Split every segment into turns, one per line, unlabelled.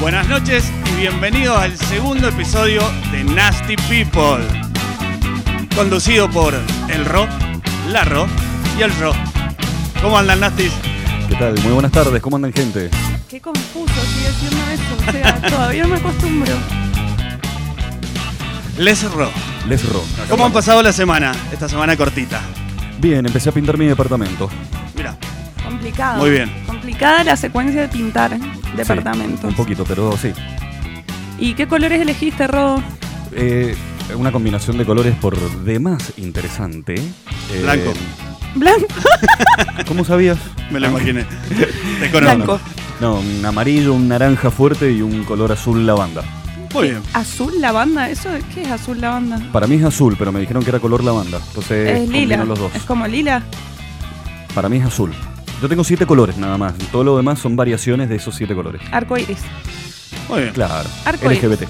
Buenas noches y bienvenidos al segundo episodio de Nasty People. Conducido por el Ro, la Ro y el Ro. ¿Cómo andan, Nastis?
¿Qué tal? Muy buenas tardes, ¿cómo andan gente?
Qué confuso sigue siendo eso. O sea, todavía no me acostumbro.
Les Ro.
Les Ro.
¿Cómo han pasado la semana? Esta semana cortita.
Bien, empecé a pintar mi departamento.
Mira,
Complicado.
Muy bien.
Complicada la secuencia de pintar
Sí,
departamentos.
un poquito, pero sí.
¿Y qué colores elegiste, Rodo?
Eh, una combinación de colores por demás interesante. Eh,
Blanco.
Blanco.
¿Cómo sabías?
me lo
Ah,
imaginé. Te conozco.
Blanco.
No, un amarillo, un naranja fuerte y un color azul lavanda.
Muy bien.
¿Azul lavanda? ¿Eso de qué es azul lavanda?
Para mí es azul, pero me dijeron que era color lavanda. Entonces
es lila.
Eh, combino los dos.
Es como lila.
Para mí es azul. Yo tengo siete colores nada más. Todo lo demás son variaciones de esos siete colores.
Arco iris.
Muy bien.
Claro.
Ah. Arcoíris.
LGBT.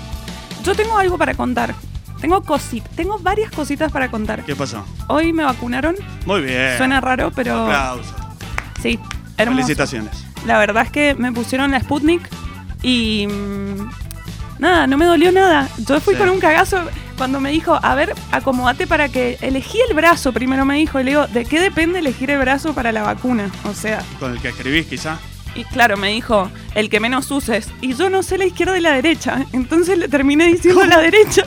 Yo tengo algo para contar. Tengo cositas. Tengo varias cositas para contar.
¿Qué pasó?
Hoy me vacunaron.
Muy bien.
Suena raro, pero.
Aplausos.
Sí. Hermoso.
Ah. Felicitaciones.
La verdad es que me pusieron la Sputnik y. mm, Nada, no me dolió nada. Yo fui
Sí.
con un cagazo cuando me dijo, a ver, acomodate para que. Elegí el brazo, primero me dijo. Y le digo, ¿de qué depende elegir el brazo para la vacuna? O sea.
Con el que escribís, quizá.
Y claro, me dijo, el que menos uses. Y yo no sé la izquierda y la derecha. Entonces le terminé diciendo la derecha.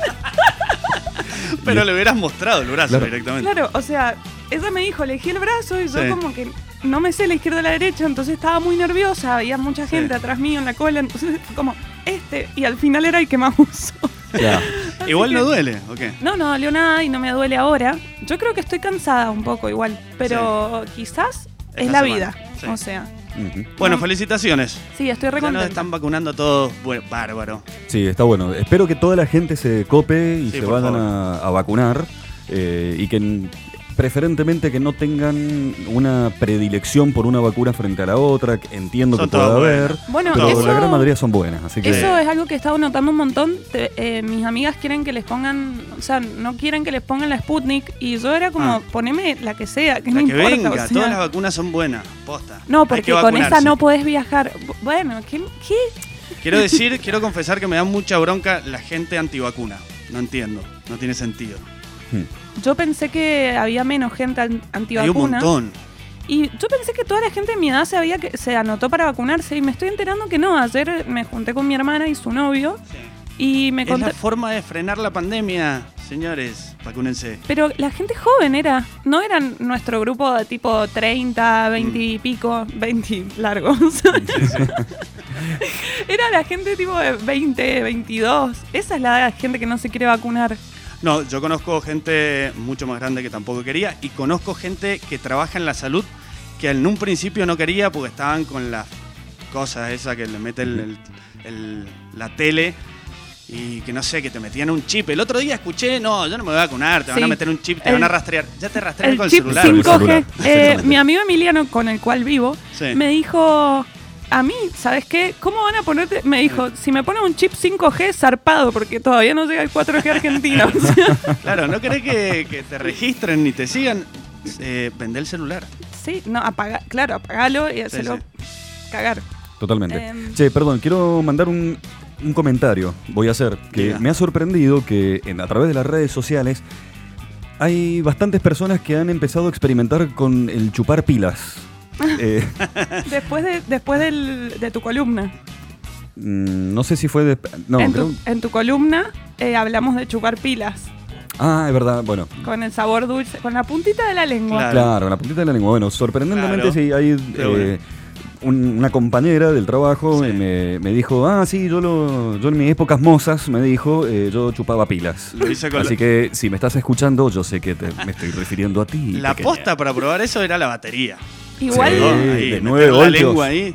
Pero le hubieras mostrado el brazo
Claro.
directamente.
Claro, o sea, ella me dijo, elegí el brazo y yo
Sí.
como que no me sé la izquierda o la derecha, entonces estaba muy nerviosa, había mucha
Sí.
gente atrás mío en la cola, entonces fue como, este, y al final era el que más uso.
Ya.
Así
Igual
que-
no duele, ¿o qué?
No, no dolió nada y no me duele ahora. Yo creo que estoy cansada un poco igual, pero quizás es
Esta
la
semana,
vida.
sí.
O sea,
Ujú.
Bueno,
No.
felicitaciones.
sí, estoy
Ya nos
recontenta.
están vacunando a todos. Bueno, bárbaro.
Sí, está bueno. Espero que toda la gente se cope y
Sí,
se
por
vayan
favor.
a, a vacunar eh, y que n- preferentemente que no tengan una predilección por una vacuna frente a la otra. que Entiendo
Son
que puede
todas
haber,
Bueno,
pero
eso-
la gran mayoría son buenas, así que
Eso es algo que he estado notando un montón. Te- eh, mis amigas quieren que les pongan, o sea, no quieren que les pongan la Sputnik y yo era como,
Ah.
poneme la que sea, que
La
no
que
importa.
venga,
o sea.
todas las vacunas son buenas. Posta. Hay
No,
que
porque con esa
vacunarse.
no podés viajar. Bu- Bueno, ¿qué? qué?
Quiero decir, quiero confesar que me da mucha bronca la gente antivacuna. No entiendo. No tiene sentido.
mm,
Yo pensé que había menos gente an-
Hay un
antivacuna.
montón.
Y yo pensé que toda la gente de mi edad se, había que, se anotó para vacunarse y me estoy enterando que no. Ayer me junté con mi hermana y su novio y me
Es
conté...
la forma de frenar la pandemia, señores. Vacúnense.
Pero la gente joven era, no eran nuestro grupo de tipo 30, 20
Mm.
y pico, 20 largos. era la gente tipo de 20, 22. Esa es la gente que no se quiere vacunar.
No, yo conozco gente mucho más grande que tampoco quería y conozco gente que trabaja en la salud que en un principio no quería porque estaban con las cosas esas que le mete el- el- el- la tele y que no sé, que te metían un chip. El otro día escuché, no, yo no me voy a vacunar, te van a
Sí.
meter un chip, te
El-
van a rastrear. Ya te rastrean
El
con el
chip
celular.
5G.
celular,
Eh,
exactamente.
mi amigo Emiliano, con el cual vivo,
Sí.
me dijo... A mí, ¿sabes qué? ¿Cómo van a ponerte? Me dijo, si me ponen un chip 5G zarpado, porque todavía no llega el 4G argentino. O sea,
Claro, no querés que, que te registren ni te sigan. Eh, vende el celular.
sí, no, apaga, claro, apagalo y hacelo cagar.
totalmente.
Em.
Che, perdón, quiero mandar un, un comentario, voy a hacer, que
Diga.
me ha sorprendido que en- a través de las redes sociales hay bastantes personas que han empezado a experimentar con el chupar pilas. Eh,
Después de, después del- de tu columna.
Mm, No sé si fue de... No,
en,
creo-
tu, en tu columna eh, hablamos de chupar pilas
Ah, es verdad, bueno.
con el sabor dulce, con la puntita de la lengua.
Claro.
Claro, la puntita de la lengua. Bueno, sorprendentemente
Claro.
sí, hay
Seguro.
eh, un- una compañera del trabajo
Sí.
eh, me, me dijo, ah, sí, yo, lo, yo en mis épocas mozas, me dijo, eh, yo chupaba pilas.
Lo hice con
Así
la-
que si me estás escuchando, yo sé que te- me estoy refiriendo a ti.
La
pequeña.
posta para probar eso era la batería.
Igual,
Sí.
Perdón,
de
meter
nueve
la
voltios.
lengua ahí.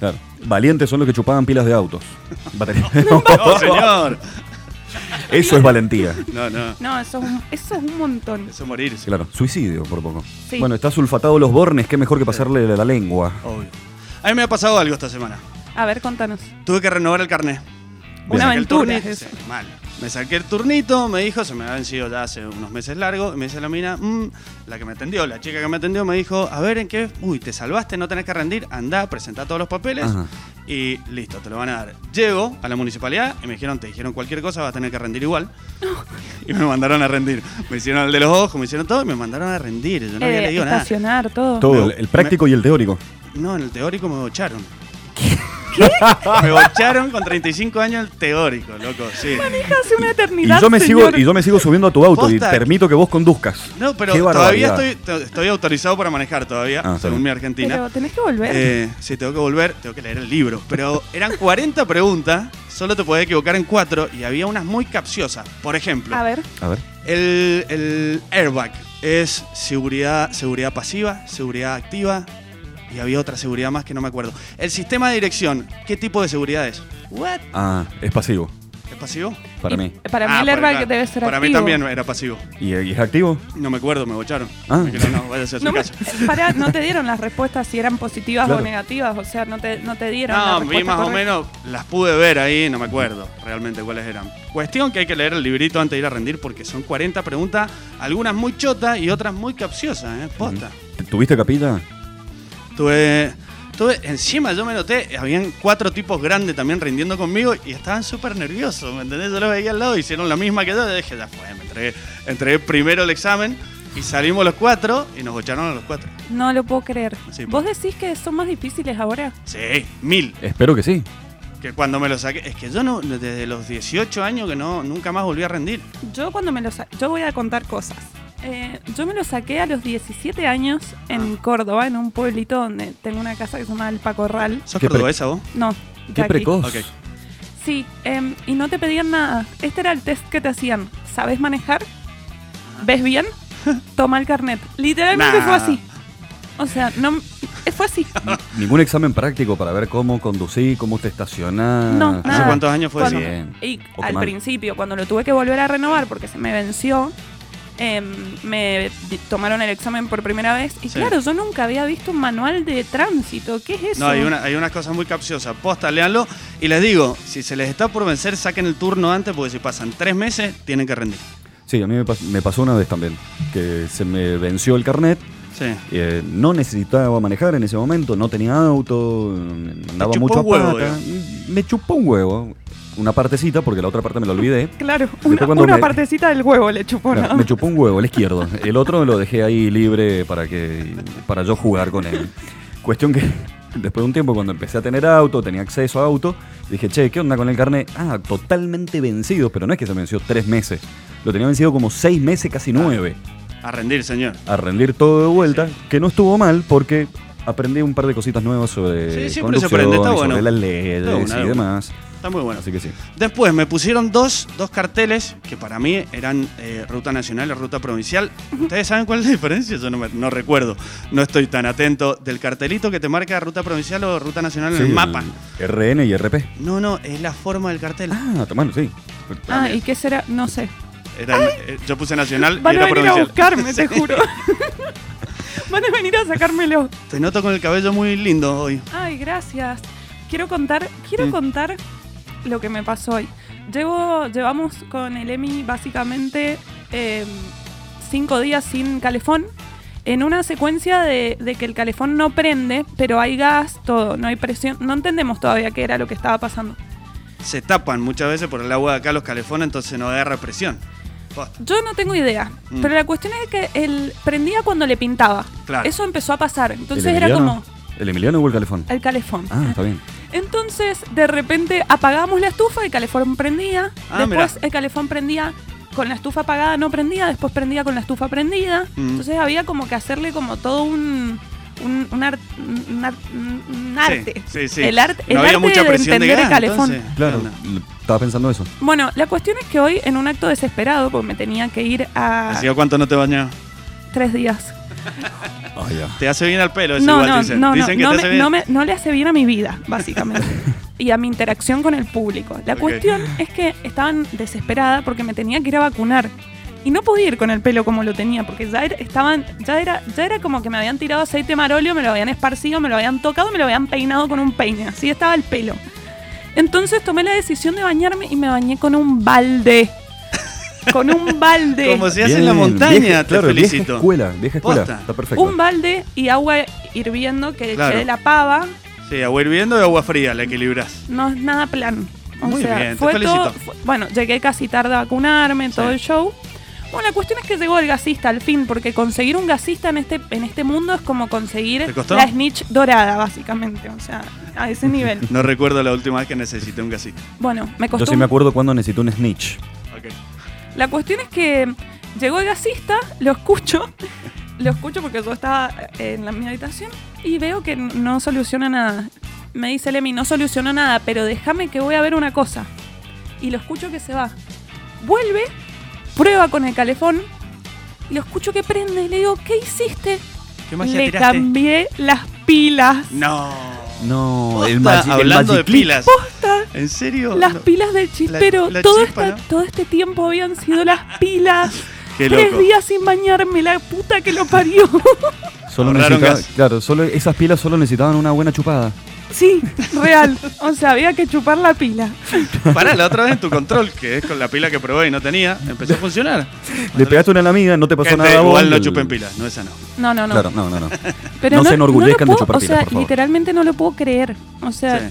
Claro. Valientes son los que chupaban pilas de autos. Batería.
No, señor.
Eso es valentía.
No, no.
no, eso es, un, eso es un montón.
Eso es morirse.
Claro, suicidio por poco.
Sí.
Bueno, está sulfatado los bornes, qué mejor que pasarle la, la lengua.
Obvio. A mí me ha pasado algo esta semana.
A ver, contanos.
Tuve que renovar el carnet.
Una
saqué el
aventura
turnito.
es eso.
Sí, mal. Me saqué el turnito, me dijo, se me habían sido ya hace unos meses largos, y me dice la mina, mm, la que me atendió, la chica que me atendió, me dijo, a ver, ¿en qué? Uy, te salvaste, no tenés que rendir, andá, presentá todos los papeles
Ajá.
y listo, te lo van a dar. Llego a la municipalidad y me dijeron, te dijeron cualquier cosa, vas a tener que rendir igual. y me mandaron a rendir. Me hicieron el de los ojos, me hicieron todo y me mandaron a rendir. Yo no había
Eh,
leído nada.
estacionar, todo.
Todo,
Me-
el, el práctico y el teórico.
No, en el teórico me bocharon.
Ah.
Me bocharon con 35 años el teórico, loco, sí.
Hace una
Y
eternidad.
yo, me sigo,
señor.
y yo me sigo subiendo a tu auto y
Posta.
permito que vos conduzcas.
No, pero
Qué
todavía
barbaridad.
estoy, to- estoy autorizado para manejar todavía,
Ah, está bien.
según mi Argentina.
Pero tenés que volver.
Eh, sí, tengo que volver, tengo que leer el libro. Pero eran 40 preguntas, solo te podés equivocar en 4 y había unas muy capciosas. Por ejemplo,
a ver.
A ver.
El, el airbag es seguridad, seguridad pasiva, seguridad activa y había otra seguridad más que no me acuerdo. El sistema de dirección, ¿qué tipo de seguridad es? ¿What?
Ah, es pasivo
¿Es pasivo?
para
Y
mí.
Para mí
Ah,
el airbag
claro.
debe ser
Para mí
activo.
también era pasivo.
¿Y, y es activo?
No me acuerdo, me bocharon.
Ah.
Me dijeron, no, vaya a ser
No,
su
me-
casa.
pará, no te dieron las respuestas si eran positivas
Claro.
o negativas, o sea, no te, no te dieron. la
No,
respuesta
vi más o
correcta.
menos, las pude ver ahí, no me acuerdo realmente cuáles eran. Cuestión que hay que leer el librito antes de ir a rendir porque son 40 preguntas, algunas muy chotas y otras muy capciosas, ¿eh? Posta.
¿Tuviste capilla?
Tuve, tuve, encima yo me noté, habían cuatro tipos grandes también rindiendo conmigo y estaban súper nerviosos, ¿me entendés? Yo los veía al lado, hicieron la misma que yo, y dije, ya fue, me entregué, entregué primero el examen y salimos los cuatro y nos bocharon a los cuatro.
No lo puedo creer.
Sí.
¿Vos decís que son más difíciles ahora?
Sí, mil.
Espero que sí.
Que cuando me lo saqué, es que yo no, desde los 18 años que no, nunca más volví a rendir.
Yo cuando me lo sa- yo voy a contar cosas. Eh, yo me lo saqué a los 17 años en Córdoba, en un pueblito donde tengo una casa que se llama El Pacorral.
¿Sos
Qué pre-
cordobesa vos?
No,
Qué
de aquí.
precoz.
Ok.
Sí, em, y no te pedían nada. Este era el test que te hacían. ¿Sabes manejar? ¿Ves bien? Toma el carnet. Literalmente
Nah.
fue así. O sea, no fue así.
Ni- Ningún examen práctico para ver cómo conducí, cómo te estacionás.
No,
Ah,
¿Hace
nada.
cuántos años fue eso?
Cuando-
Bien.
Y
O qué
al
mal.
principio, cuando lo tuve que volver a renovar porque se me venció, em, me di- tomaron el examen por primera vez. Y
Sí.
claro, yo nunca había visto un manual de tránsito. ¿Qué es eso?
No, hay, una, hay unas cosas muy capciosas. Posta, léanlo. Y les digo, si se les está por vencer, saquen el turno antes, porque si pasan tres meses, tienen que rendir.
Sí, a mí me, pas- me pasó una vez también, que se me venció el carnet,
Sí.
eh, no necesitaba manejar en ese momento, no tenía auto, mm, andaba
chupó
mucho a
un huevo,
pata, me chupó un huevo, una partecita, porque la otra parte me la olvidé,
Claro,
Después
una,
cuando
una
me-
partecita del huevo le chupó,
Mira,
¿no?
me chupó un huevo, el izquierdo, el otro lo dejé ahí libre para, que, para yo jugar con él. Cuestión que después de un tiempo, cuando empecé a tener auto, tenía acceso a auto, dije, che, ¿qué onda con el carnet? Ah, totalmente vencido, pero no es que se venció tres meses, lo tenía vencido como seis meses, casi nueve.
A rendir, señor.
a rendir todo de vuelta, que no estuvo mal porque aprendí un par de cositas nuevas sobre
Sí, siempre se
conducción,
aprende, está
y sobre
bueno.
las leyes
Está bueno,
y
algo.
demás.
Está muy bueno.
Así que sí.
Después me pusieron dos, dos carteles que para mí eran eh, ruta nacional y ruta provincial. ¿Ustedes saben cuál es la diferencia? Yo no, me- no recuerdo. No estoy tan atento del cartelito que te marca ruta provincial o ruta nacional en
Sí,
el mapa.
el RN y RP.
No, no, es la forma del cartel.
Ah, tomando, sí.
Ah, ¿y qué será? No sé.
Era- eh, yo puse nacional y
Van a
era
venir a
provincial.
buscarme, te juro. Van a venir a sacármelo.
Te noto con el cabello muy lindo hoy.
Ay, gracias. Quiero contar, quiero
Mm.
contar lo que me pasó hoy. Llevo, llevamos con el Emi básicamente eh, cinco días sin calefón. En una secuencia de, de que el calefón no prende, pero hay gas, todo, no hay presión. No entendemos todavía qué era lo que estaba pasando.
se tapan muchas veces por el agua de acá los calefones, entonces no agarra presión. Posta.
Yo no tengo idea,
Mm.
pero la cuestión es que él prendía cuando le pintaba.
Claro.
Eso empezó a pasar. Entonces
¿El
era
Emiliano?
como
¿El Emiliano o el Calefón?
el calefón.
Ah, está bien.
Entonces, de repente apagamos la estufa, el calefón prendía.
Ah,
después
mirá.
el calefón prendía con la estufa apagada, no prendía. Después prendía con la estufa prendida.
Mm.
Entonces había como que hacerle como todo un. Un, un ar- un ar- un arte.
Sí, sí, sí.
El, arte el
no había
arte
mucha
de
presión de,
entender
gas,
el calefón.
entonces.
Claro,
¿Qué onda?
l- estaba pensando eso.
Bueno, la cuestión es que hoy, en un acto desesperado, porque me tenía que ir a
¿Hacía cuánto no te bañaba?
tres días.
Ah, ya.
Te hace bien al pelo, eso
No,
igual
no,
dicen.
no, no,
dicen que
no
te
me-
hace bien.
no me- no le hace bien a mi vida, básicamente. y a mi interacción con el público. La
Ok.
cuestión es que estaban desesperada porque me tenía que ir a vacunar. Y no pude ir con el pelo como lo tenía, porque ya era, estaban, ya era, ya era como que me habían tirado aceite marolio, me lo habían esparcido, me lo habían tocado, me lo habían peinado con un peine. Así estaba el pelo. Entonces tomé la decisión de bañarme y me bañé con un balde. Con un balde.
Como si haces en
Bien,
la montaña,
vieja-
te
claro, Vieja
felicito.
escuela, vieja escuela.
Posta.
Está perfecto.
Un balde y agua hirviendo que
Claro.
eché de la pava
Sí, agua hirviendo y agua fría la equilibrás.
No es nada plan. O
Muy
sea,
bien, te
fue
felicito.
todo. fue- bueno, llegué casi tarde a vacunarme, todo
Sí.
el show. Bueno, la cuestión es que llegó el gasista al fin, porque conseguir un gasista en este, en este mundo es como conseguir
¿Te costó?
la snitch dorada, básicamente. O sea, a ese nivel.
No recuerdo la última vez que necesité un gasito.
Bueno, me costó.
Yo sí
un-
me acuerdo cuando necesito un snitch.
Ok.
La cuestión es que llegó el gasista, lo escucho, lo escucho porque yo estaba eh, en la, mi habitación y veo que n- no soluciona nada. Me dice Lemi, no solucionó nada, pero déjame que voy a ver una cosa. Y lo escucho que se va. Vuelve, prueba con el calefón y lo escucho que prende y le digo, ¿qué hiciste?
¿Qué magia
Le
tiraste?
cambié las pilas.
No.
No,
Posta,
el, magi- el
hablando de
Magic Clip.
pilas.
Posta,
¿En serio?
Las
No.
pilas del chispero.
la
todo,
chispa,
esta-
¿no?
todo este tiempo habían sido las pilas.
Qué
Tres
loco.
días sin bañarme, la puta que lo parió.
Solo
Ahorraron
necesitaba-
gas.
claro, solo esas pilas solo necesitaban una buena chupada.
Sí, real. O sea, había que chupar la pila.
Pará, la otra vez en tu control, que es con la pila que probé y no tenía, empezó a funcionar.
Le pegaste una a la amiga, no te pasó
Gente,
nada. a vos,
igual no
el-
chupen pilas, no esa no.
No, no, no.
Claro, no, no, no.
Pero
No se
lo
enorgullezcan de
puedo-
chupar
O
pilas,
sea,
por favor.
literalmente no lo puedo creer. O sea,
Sí.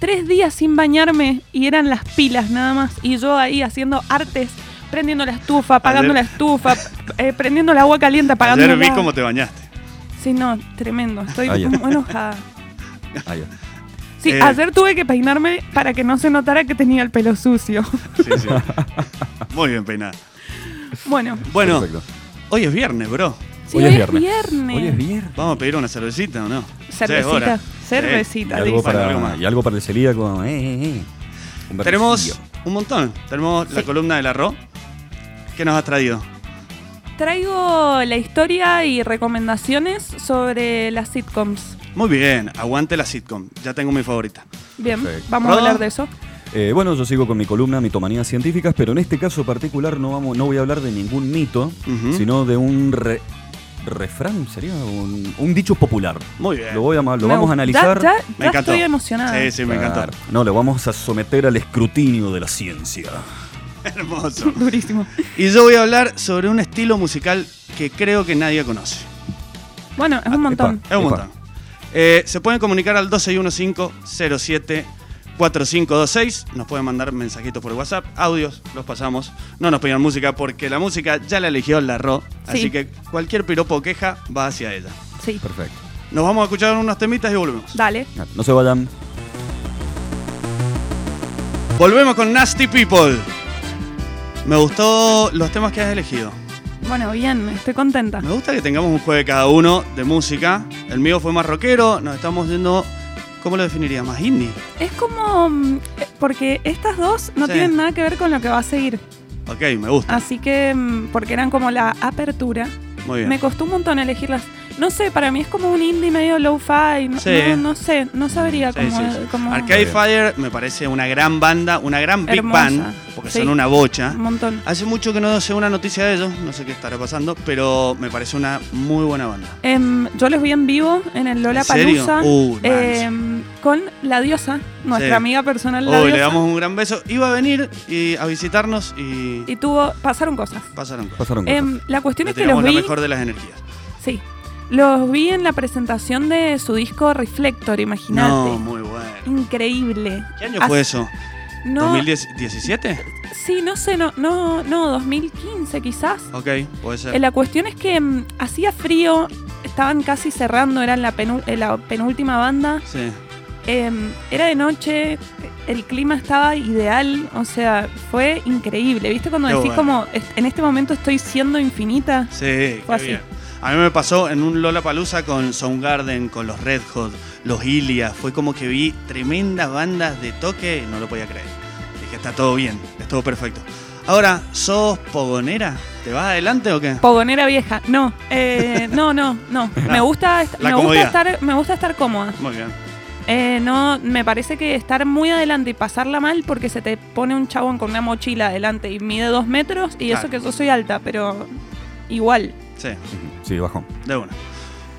tres días sin bañarme y eran las pilas nada más. Y yo ahí haciendo artes, prendiendo la estufa, apagando
Ayer-
la estufa, eh, prendiendo el agua caliente, apagando
Ayer
el
vi
agua.
cómo te bañaste.
Sí, no, tremendo. Estoy
Ayer.
como enojada.
Ah, ya.
Sí,
Eh.
ayer tuve que peinarme para que no se notara que tenía el pelo sucio.
Sí, sí. Muy bien peinada.
Bueno,
Bueno,
Perfecto.
hoy es viernes, bro.
sí,
Hoy es
hoy, es
viernes.
viernes.
Hoy es viernes.
¿Vamos a pedir una cervecita o no? Ya es
Cervecita,
hora.
Y
cervecita.
algo,
dice.
Bueno, algo
para,
más.
y algo para el celíaco. eh, eh, eh. Un
Tenemos
verdecillo.
un montón. Tenemos la
Sí.
columna del arroz. ¿Qué nos has traído?
Traigo la historia y recomendaciones sobre las sitcoms.
Muy bien, aguante la sitcom. Ya tengo mi favorita.
Bien,
Perfecto.
vamos a
Rodo.
hablar de eso.
Eh, bueno, yo sigo con mi columna Mitomanías Científicas, pero en este caso particular no, vamos, no voy a hablar de ningún mito,
Ujú.
sino de un re- refrán, sería un, un dicho popular.
Muy bien.
Lo, voy a, ma- lo
Me
vamos
gu-
a analizar.
Ya, ya-
Me
ya
encantó.
estoy emocionada.
Sí, sí, me
Claro.
encantó.
No, lo vamos a someter al escrutinio de la ciencia.
Hermoso.
Durísimo.
Y yo voy a hablar sobre un estilo musical que creo que nadie conoce.
Bueno,
Ah,
es un montón.
Es un
Epa.
montón. Eh, se pueden comunicar al 2615-07-4526. Nos pueden mandar mensajitos por WhatsApp, audios, los pasamos. No nos pidan música porque la música ya la eligió la Ro.
Sí.
Así que cualquier piropo o queja va hacia ella.
Sí,
Perfecto.
Nos vamos a escuchar unos temitas y volvemos.
dale.
No se vayan.
Volvemos con Nasty People. Me gustó los temas que has elegido.
Bueno, bien, estoy contenta.
Me gusta que tengamos un juego de cada uno de música. El mío fue más rockero, nos estamos yendo, ¿cómo lo definiría? Más indie.
Es como. mm, eh, Porque estas dos no
Sí.
tienen nada que ver con lo que va a seguir.
Ok, me gusta.
Así que. mm, Porque eran como la apertura.
Muy bien.
Ah, Me costó un montón elegirlas. No sé, para mí es como un indie medio low-fi. No,
Sí.
no, no sé, no sabría
Sí,
cómo.
sí, sí.
cómo-
Arcade
Muy bien.
Fire me parece una gran banda, una gran big
Hermosa.
band, porque
Sí.
son una bocha.
Un montón.
Hace mucho que no sé una noticia de ellos, no sé qué estará pasando, pero me parece una muy buena banda.
Em, yo los vi en vivo en el Lola
serio?
Palusa.
Uh, manso.
con la diosa, nuestra
Sí.
amiga personal, la
Hoy le
diosa.
damos un gran beso. Iba a venir y a visitarnos y,
Y tuvo, pasaron cosas.
pasaron cosas.
Pasaron cosas.
Em, la cuestión
Le
es que
tiramos
los
la
vi.
mejor de las energías.
Sí. Los vi en la presentación de su disco Reflector, imagínate.
No, muy bueno.
Increíble.
¿Qué año
Hace-
fue eso?
No,
¿2017?
sí, no sé, no, no, no, 2015 quizás.
Ok, Oh, puede ser.
Eh, La cuestión es que mm, hacía frío, estaban casi cerrando, eran la, penu- eh, la penúltima banda.
Sí.
Em, era de noche, el clima estaba ideal, o sea, fue increíble. ¿Viste cuando
Qué
decís
bueno.
como, "Es- en este momento estoy siendo infinita?
Sí, qué
Fue así.
bien. A mí me pasó en un Lola Palusa con Soundgarden, con los Red Hot, los Ilia. Fue como que vi tremendas bandas de toque y no lo podía creer. Dije, está todo bien, es todo perfecto. Ahora, ¿sos pogonera? ¿Te vas adelante o qué?
Pogonera vieja, no, eh, no, no, no. Me gusta, est-
la
me gusta
comodidad.
estar, me gusta estar cómoda.
Muy bien.
Eh, no, me parece que estar muy adelante y pasarla mal porque se te pone un chabón con una mochila adelante y mide dos metros y eso
Claro.
que yo soy alta, pero igual.
Sí,
Sí, bajón.
de una.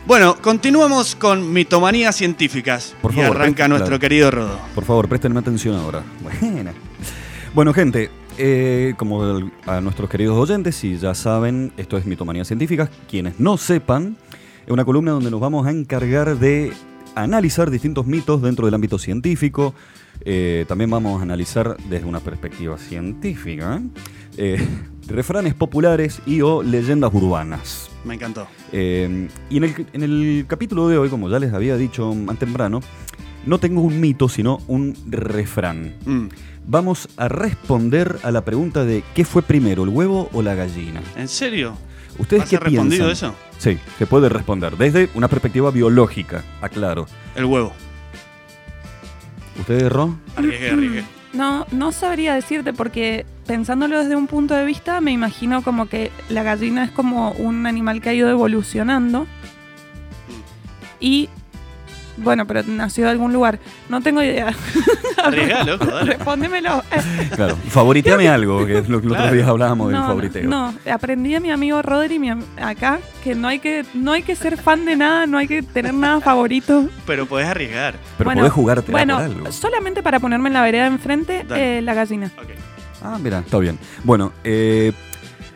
Bueno, continuamos con mitomanías científicas.
Por
y
favor,
arranca
ven,
nuestro
claro.
querido Rodo.
Por favor, préstenme atención ahora. Buena. Bueno, gente, eh, como el- a nuestros queridos oyentes, si ya saben, esto es Mitomanía Científica. Quienes no sepan, es una columna donde nos vamos a encargar de analizar distintos mitos dentro del ámbito científico. Eh, también vamos a analizar desde una perspectiva científica eh, refranes populares y o leyendas urbanas.
Me encantó.
Eh, y en el, en el capítulo de hoy, como ya les había dicho más temprano, no tengo un mito, sino un refrán.
Mm.
Vamos a responder a la pregunta de ¿qué fue primero, el huevo o la gallina?
¿En serio?
¿Ustedes
¿Has
qué
respondido
piensan?
eso?
Sí, se puede responder desde una perspectiva biológica, aclaro.
El huevo.
¿Ustedes, Ron?
Arriesgué,
Mm,
arriesgué.
No, no sabría decirte porque pensándolo desde un punto de vista me imagino como que la gallina es como un animal que ha ido
Mm.
evolucionando y bueno, pero nació de algún lugar. No tengo idea.
Arriesgá, loco, dale.
Respóndemelo. Eh,
Claro, favoriteame algo, que es lo que el otro
Claro.
día hablábamos del
no,
favoriteo.
no, no. aprendí a mi amigo Rodri mi am- acá que no hay que no hay que ser fan de nada, no hay que tener nada favorito.
Pero podés arriesgar.
Pero
Bueno,
podés jugarte Ah,
Bueno,
por algo.
solamente para ponerme en la vereda de enfrente
Dale.
eh, la gallina.
Ok.
Ah, mira, está bien. Bueno, eh,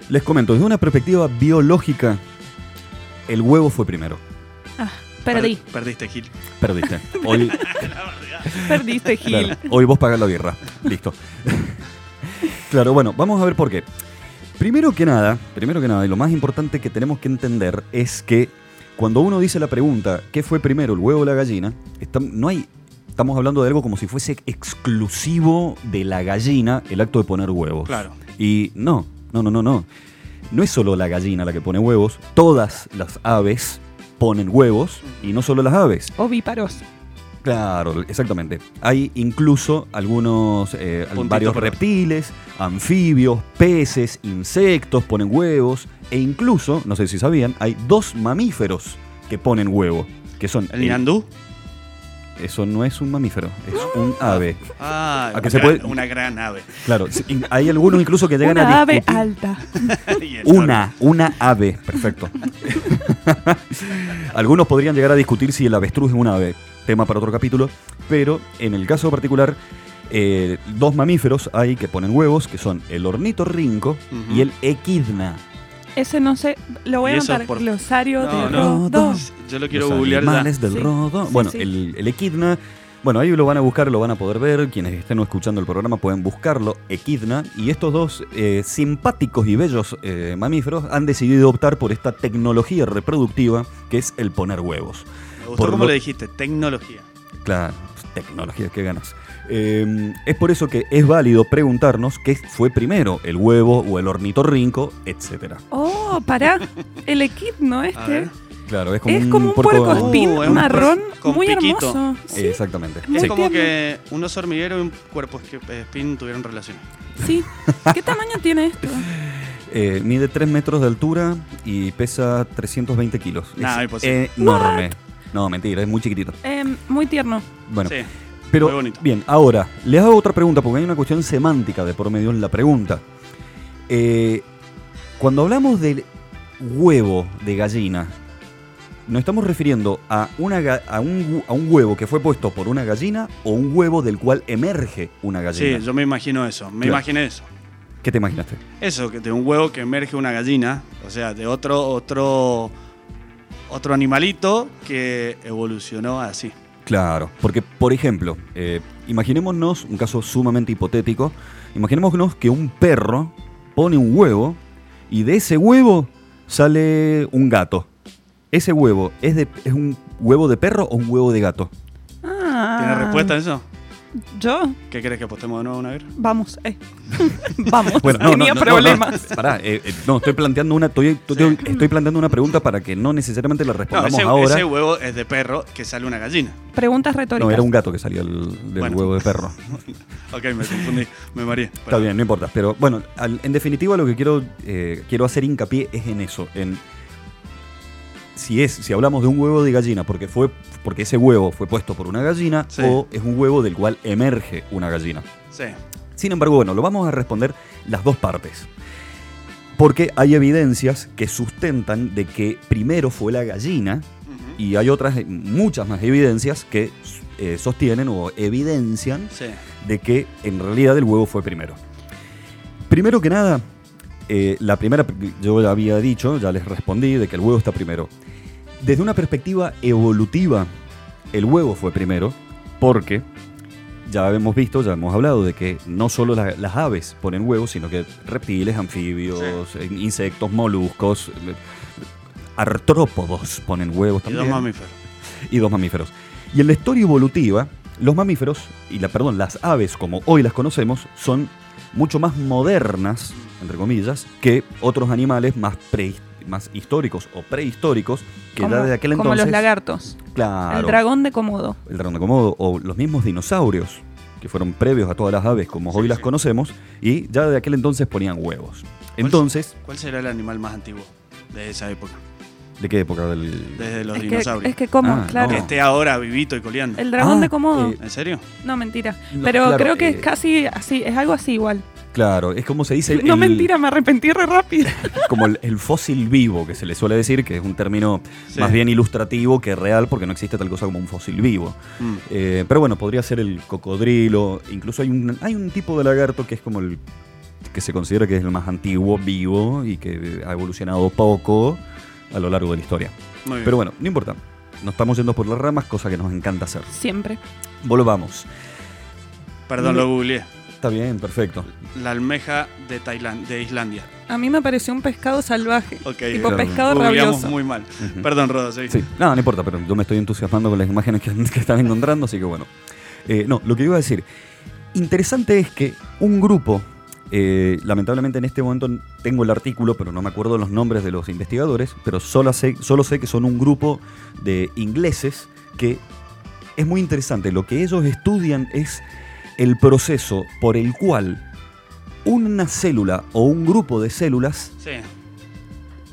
les comento, desde una perspectiva biológica, el huevo fue primero.
Ah, perdí,
Per- perdiste, Gil.
Perdiste. Hoy,
perdiste Gil.
claro, hoy vos pagás la birra. Listo. claro, bueno, vamos a ver por qué. Primero que nada, primero que nada, y lo más importante que tenemos que entender es que cuando uno dice la pregunta, ¿qué fue primero, el huevo o la gallina? Estam- no hay, estamos hablando de algo como si fuese exclusivo de la gallina el acto de poner huevos.
Claro.
Y no, no, no, no, no. No es solo la gallina la que pone huevos, todas las aves ponen huevos y no solo las aves.
Ovíparos.
Claro, exactamente. Hay incluso algunos, eh,
Puntito
varios
para-
reptiles, anfibios, peces, insectos ponen huevos e incluso, no sé si sabían, hay dos mamíferos que ponen huevo, que son
¿El ñandú?
eso no es un mamífero, es un ave.
Ah,
¿A
una,
que se
gran,
puede-
una gran ave.
Claro, sí, in- hay algunos incluso que llegan
Una
a
ave
discutir-
alta.
Y el
Una, una ave, perfecto. Algunos podrían llegar a discutir si el avestruz es un ave, tema para otro capítulo, pero en el caso particular, eh, dos mamíferos hay que ponen huevos, que son el ornitorrinco
Ujú.
y el equidna.
Ese no sé, lo voy a
Y eso
anotar.
por-
Glosario
No,
de
no.
Rodó.
Yo lo quiero
Los
googlear ya.
animales del
Sí,
rodo.
sí,
bueno,
sí.
El, el equidna. Bueno, ahí lo van a buscar, lo van a poder ver. Quienes estén escuchando el programa pueden buscarlo, Equidna. Y estos dos eh, simpáticos y bellos eh, mamíferos han decidido optar por esta tecnología reproductiva que es el poner huevos.
Me gustó
Por
cómo
lo-
lo dijiste, tecnología.
Claro, tecnología, qué ganas. Eh, es por eso que es válido preguntarnos qué fue primero, el huevo o el ornitorrinco, etcétera.
Oh, pará. El equidno
A
este
ver.
Claro, es como
es
un
como un
puerco-
puerco espín
Oh, es un
marrón
puerco con
muy
piquito.
hermoso.
Eh,
Sí,
Exactamente.
Muy
Es
Sí.
como
tierno.
que un oso hormiguero y un cuerpo esqui- espín tuvieron relación.
sí. ¿Qué tamaño tiene esto?
Eh, mide 3 metros de altura y pesa 320 kilos.
Nah,
es
imposible.
enorme. No, mentira, es muy chiquitito.
Em, muy tierno.
Bueno,
Sí.
pero
muy bonito.
bien, ahora, les hago otra pregunta porque hay una cuestión semántica de por medio en la pregunta. Eh, cuando hablamos del huevo de gallina, nos estamos refiriendo a, una ga- a, un, hu- a un huevo que fue puesto por una gallina o un huevo del cual emerge una gallina.
Sí, yo me imagino eso. Me
Claro.
imaginé eso.
¿Qué te imaginaste?
Eso, que de un huevo que emerge una gallina, o sea, de otro, otro, otro animalito que evolucionó así.
Claro, porque por ejemplo, eh, imaginémonos un caso sumamente hipotético, imaginémonos que un perro pone un huevo y de ese huevo sale un gato. ¿Ese huevo es, de, es un huevo de perro o un huevo de gato?
Ah,
¿Tienes respuesta a eso?
Yo,
¿Qué crees que apostemos de nuevo una vez?
vamos. eh. vamos.
Bueno,
Tenía problemas.
No, pará, eh, eh, no, estoy planteando una, estoy, estoy- estoy planteando una pregunta para que no necesariamente la
No,
respondamos
ese,
ahora.
ese huevo es de perro que sale una gallina.
Preguntas retóricas.
no, era un gato que salió del, del
Bueno.
huevo de perro.
Ok, me confundí, me mareé.
Está
Perdón.
bien, no importa. Pero bueno, al- en definitiva lo que quiero, eh, quiero hacer hincapié es en eso, en si es, si hablamos de un huevo de gallina, porque fue, porque ese huevo fue puesto por una gallina,
Sí.
o es un huevo del cual emerge una gallina.
Sí.
Sin embargo, bueno, lo vamos a responder las dos partes. Porque hay evidencias que sustentan de que primero fue la gallina
Ujú.
y hay otras, eh, muchas más evidencias que eh, sostienen o evidencian
Sí.
de que en realidad el huevo fue primero. Primero que nada, eh, la primera, yo ya había dicho, ya les respondí, de que el huevo está primero. Desde una perspectiva evolutiva, El huevo fue primero porque ya hemos visto, ya hemos hablado de que no solo la- las aves ponen huevos, sino que reptiles, anfibios, eh, insectos, moluscos, eh, artrópodos ponen huevos
Y
también
dos mamíferos.
y dos mamíferos. Y en la historia evolutiva, los mamíferos, y la, perdón, las aves como hoy las conocemos, son mucho más modernas, entre comillas, que otros animales más, pre- más históricos o prehistóricos que
como,
ya de aquel
como
entonces.
los lagartos.
Claro,
El dragón de Komodo.
el dragón de Komodo, o los mismos dinosaurios, que fueron previos a todas las aves como hoy las conocemos, y ya de aquel entonces ponían huevos. Entonces,
¿Cuál será el animal más antiguo de esa época?
¿de qué época? Del...
Desde los
es,
dinosaurios.
Que, es que como,
Ah,
Que
claro.
no.
esté ahora vivito y coleando.
El dragón
Ah,
de Komodo.
eh,
¿En serio?
no, mentira.
no,
Pero
claro,
creo que
eh,
es casi así, es algo así igual.
Claro, es como se dice... el-
no,
el-
mentira, me arrepentí re rápido.
como el, el fósil vivo, que se le suele decir, que es un término
Sí.
más bien ilustrativo que real, porque no existe tal cosa como un fósil vivo.
Mm.
Eh, pero bueno, podría ser el cocodrilo, incluso hay un, hay un tipo de lagarto que es como el que se considera que es el más antiguo vivo y que ha evolucionado poco a lo largo de la historia.
Muy bien.
Pero bueno, no importa. Nos estamos yendo por las ramas, cosa que nos encanta hacer.
Siempre.
Volvamos.
Perdón, lo googleé.
Está bien, perfecto.
La almeja de Tailandia, de Islandia.
A mí me pareció un pescado salvaje.
Ok,
tipo
claro.
pescado
Googleamos
rabioso.
muy mal. Perdón, Rodo, seguí.
Sí, no, no importa, pero yo me estoy entusiasmando con las imágenes que, que están encontrando, así que bueno. Eh, no, lo que iba a decir, interesante es que un grupo, eh, lamentablemente en este momento tengo el artículo, pero no me acuerdo los nombres de los investigadores, pero solo sé, solo sé que son un grupo de ingleses que es muy interesante. Lo que ellos estudian es el proceso por el cual una célula o un grupo de células
Sí.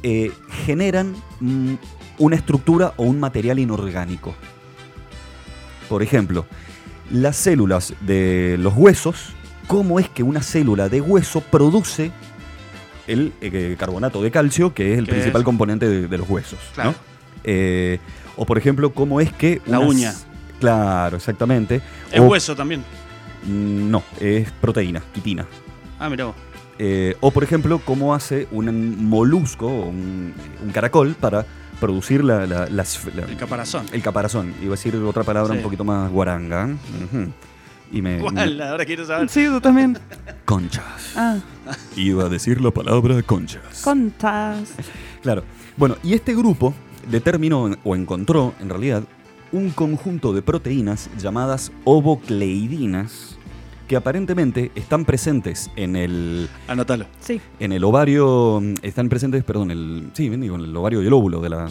eh, generan mm, una estructura o un material inorgánico. Por ejemplo, las células de los huesos, ¿cómo es que una célula de hueso produce el eh, carbonato de calcio, que es el
Que
principal
es-
componente de, de los huesos?
Claro.
¿no? Eh, o por ejemplo, ¿cómo es que...
La
unas-
uña.
Claro, exactamente.
Es
O-
hueso también.
mm, No, es proteína, quitina.
Ah, mirá vos.
Eh, o por ejemplo, cómo hace un molusco o un, un caracol para producir la, la- la esf- la-
El caparazón.
el caparazón. Iba a decir otra palabra
Sí.
un poquito más guaranga. ¿eh? Ujú. Y me,
¿Cuál? Ahora quiero saber.
Sí, tú también.
Conchas.
Ah,
Iba a decir la palabra conchas.
contas.
Claro. Bueno, y este grupo determinó o encontró, en realidad, un conjunto de proteínas llamadas ovocleidinas que aparentemente están presentes en el
Anótalo.
Sí.
En el ovario mm, están presentes, perdón, el, sí, bien digo, en el ovario y el óvulo de, la,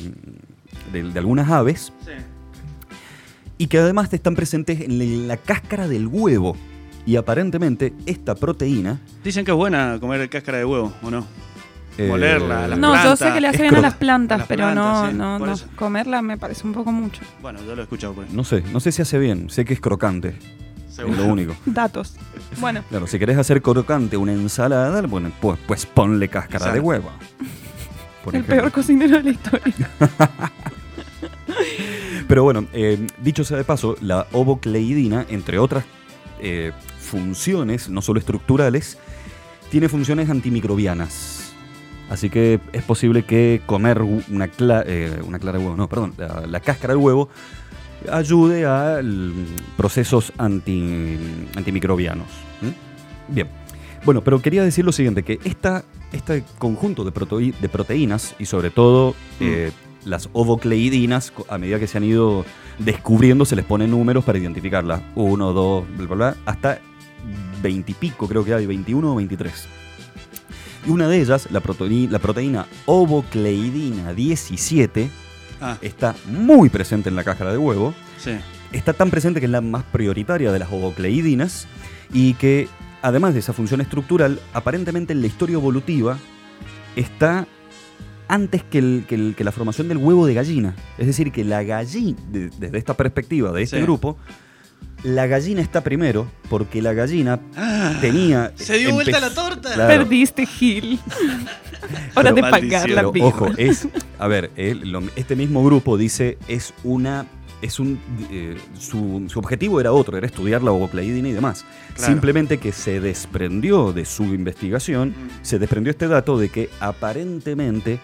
de, de algunas aves
Sí.
y que además están presentes en la, en la cáscara del huevo. Y aparentemente esta proteína...
Dicen que es buena comer cáscara de huevo, ¿o no?
eh,
Molerla, las
No, yo sé
plantas,
que le hace
es
bien a
croc-
las plantas,
a las
pero no,
plantas, sí,
no,
por
no.
eso.
Comerla me parece un poco mucho.
Bueno, yo lo he escuchado por ahí.
No sé, no sé si hace bien, sé que es crocante, es
Seguro.
lo único.
Datos. Bueno,
Claro, si querés hacer crocante una ensalada, bueno, pues, pues ponle cáscara de
Exacto.
huevo. Por
el
ejemplo.
peor cocinero de la historia.
Pero bueno, eh, dicho sea de paso, la ovocleidina, entre otras eh, funciones, no solo estructurales, tiene funciones antimicrobianas. Así que es posible que comer u- una, cla- eh, una clara de huevo, no, perdón, la, la cáscara del huevo ayude a l- procesos anti- antimicrobianos. ¿Mm? Bien. Bueno, pero quería decir lo siguiente, que esta, este conjunto de, protoi- de proteínas y sobre todo eh, las ovocleidinas, co- a medida que se han ido descubriendo, se les pone números para identificarlas. Uno, dos, bla, bla, bla, hasta veintipico creo que hay, 21 o 23. Y una de ellas, la, proteí- la proteína ovocleidina 17,
Ah,
está muy presente en la cáscara de huevo
sí.
está tan presente que es la más prioritaria de las ovocleidinas y que, además de esa función estructural, aparentemente en la historia evolutiva está antes que, el- que el- que la formación del huevo de gallina. Es decir, que la gallina, desde esta perspectiva de este
Sí.
grupo, la gallina está primero porque la gallina tenía...
Ah, Se dio vuelta
empe-
la torta.
Claro.
Perdiste, Gil. Hora de pagar la
Maldición.
Pero,
vida.
ojo, es. A ver, el- lo- este mismo grupo dice es una. Es un, eh, su, su objetivo era otro, era estudiar la ovocleidina y demás.
Claro.
Simplemente que se desprendió de su investigación,
Mm.
se desprendió este dato de que aparentemente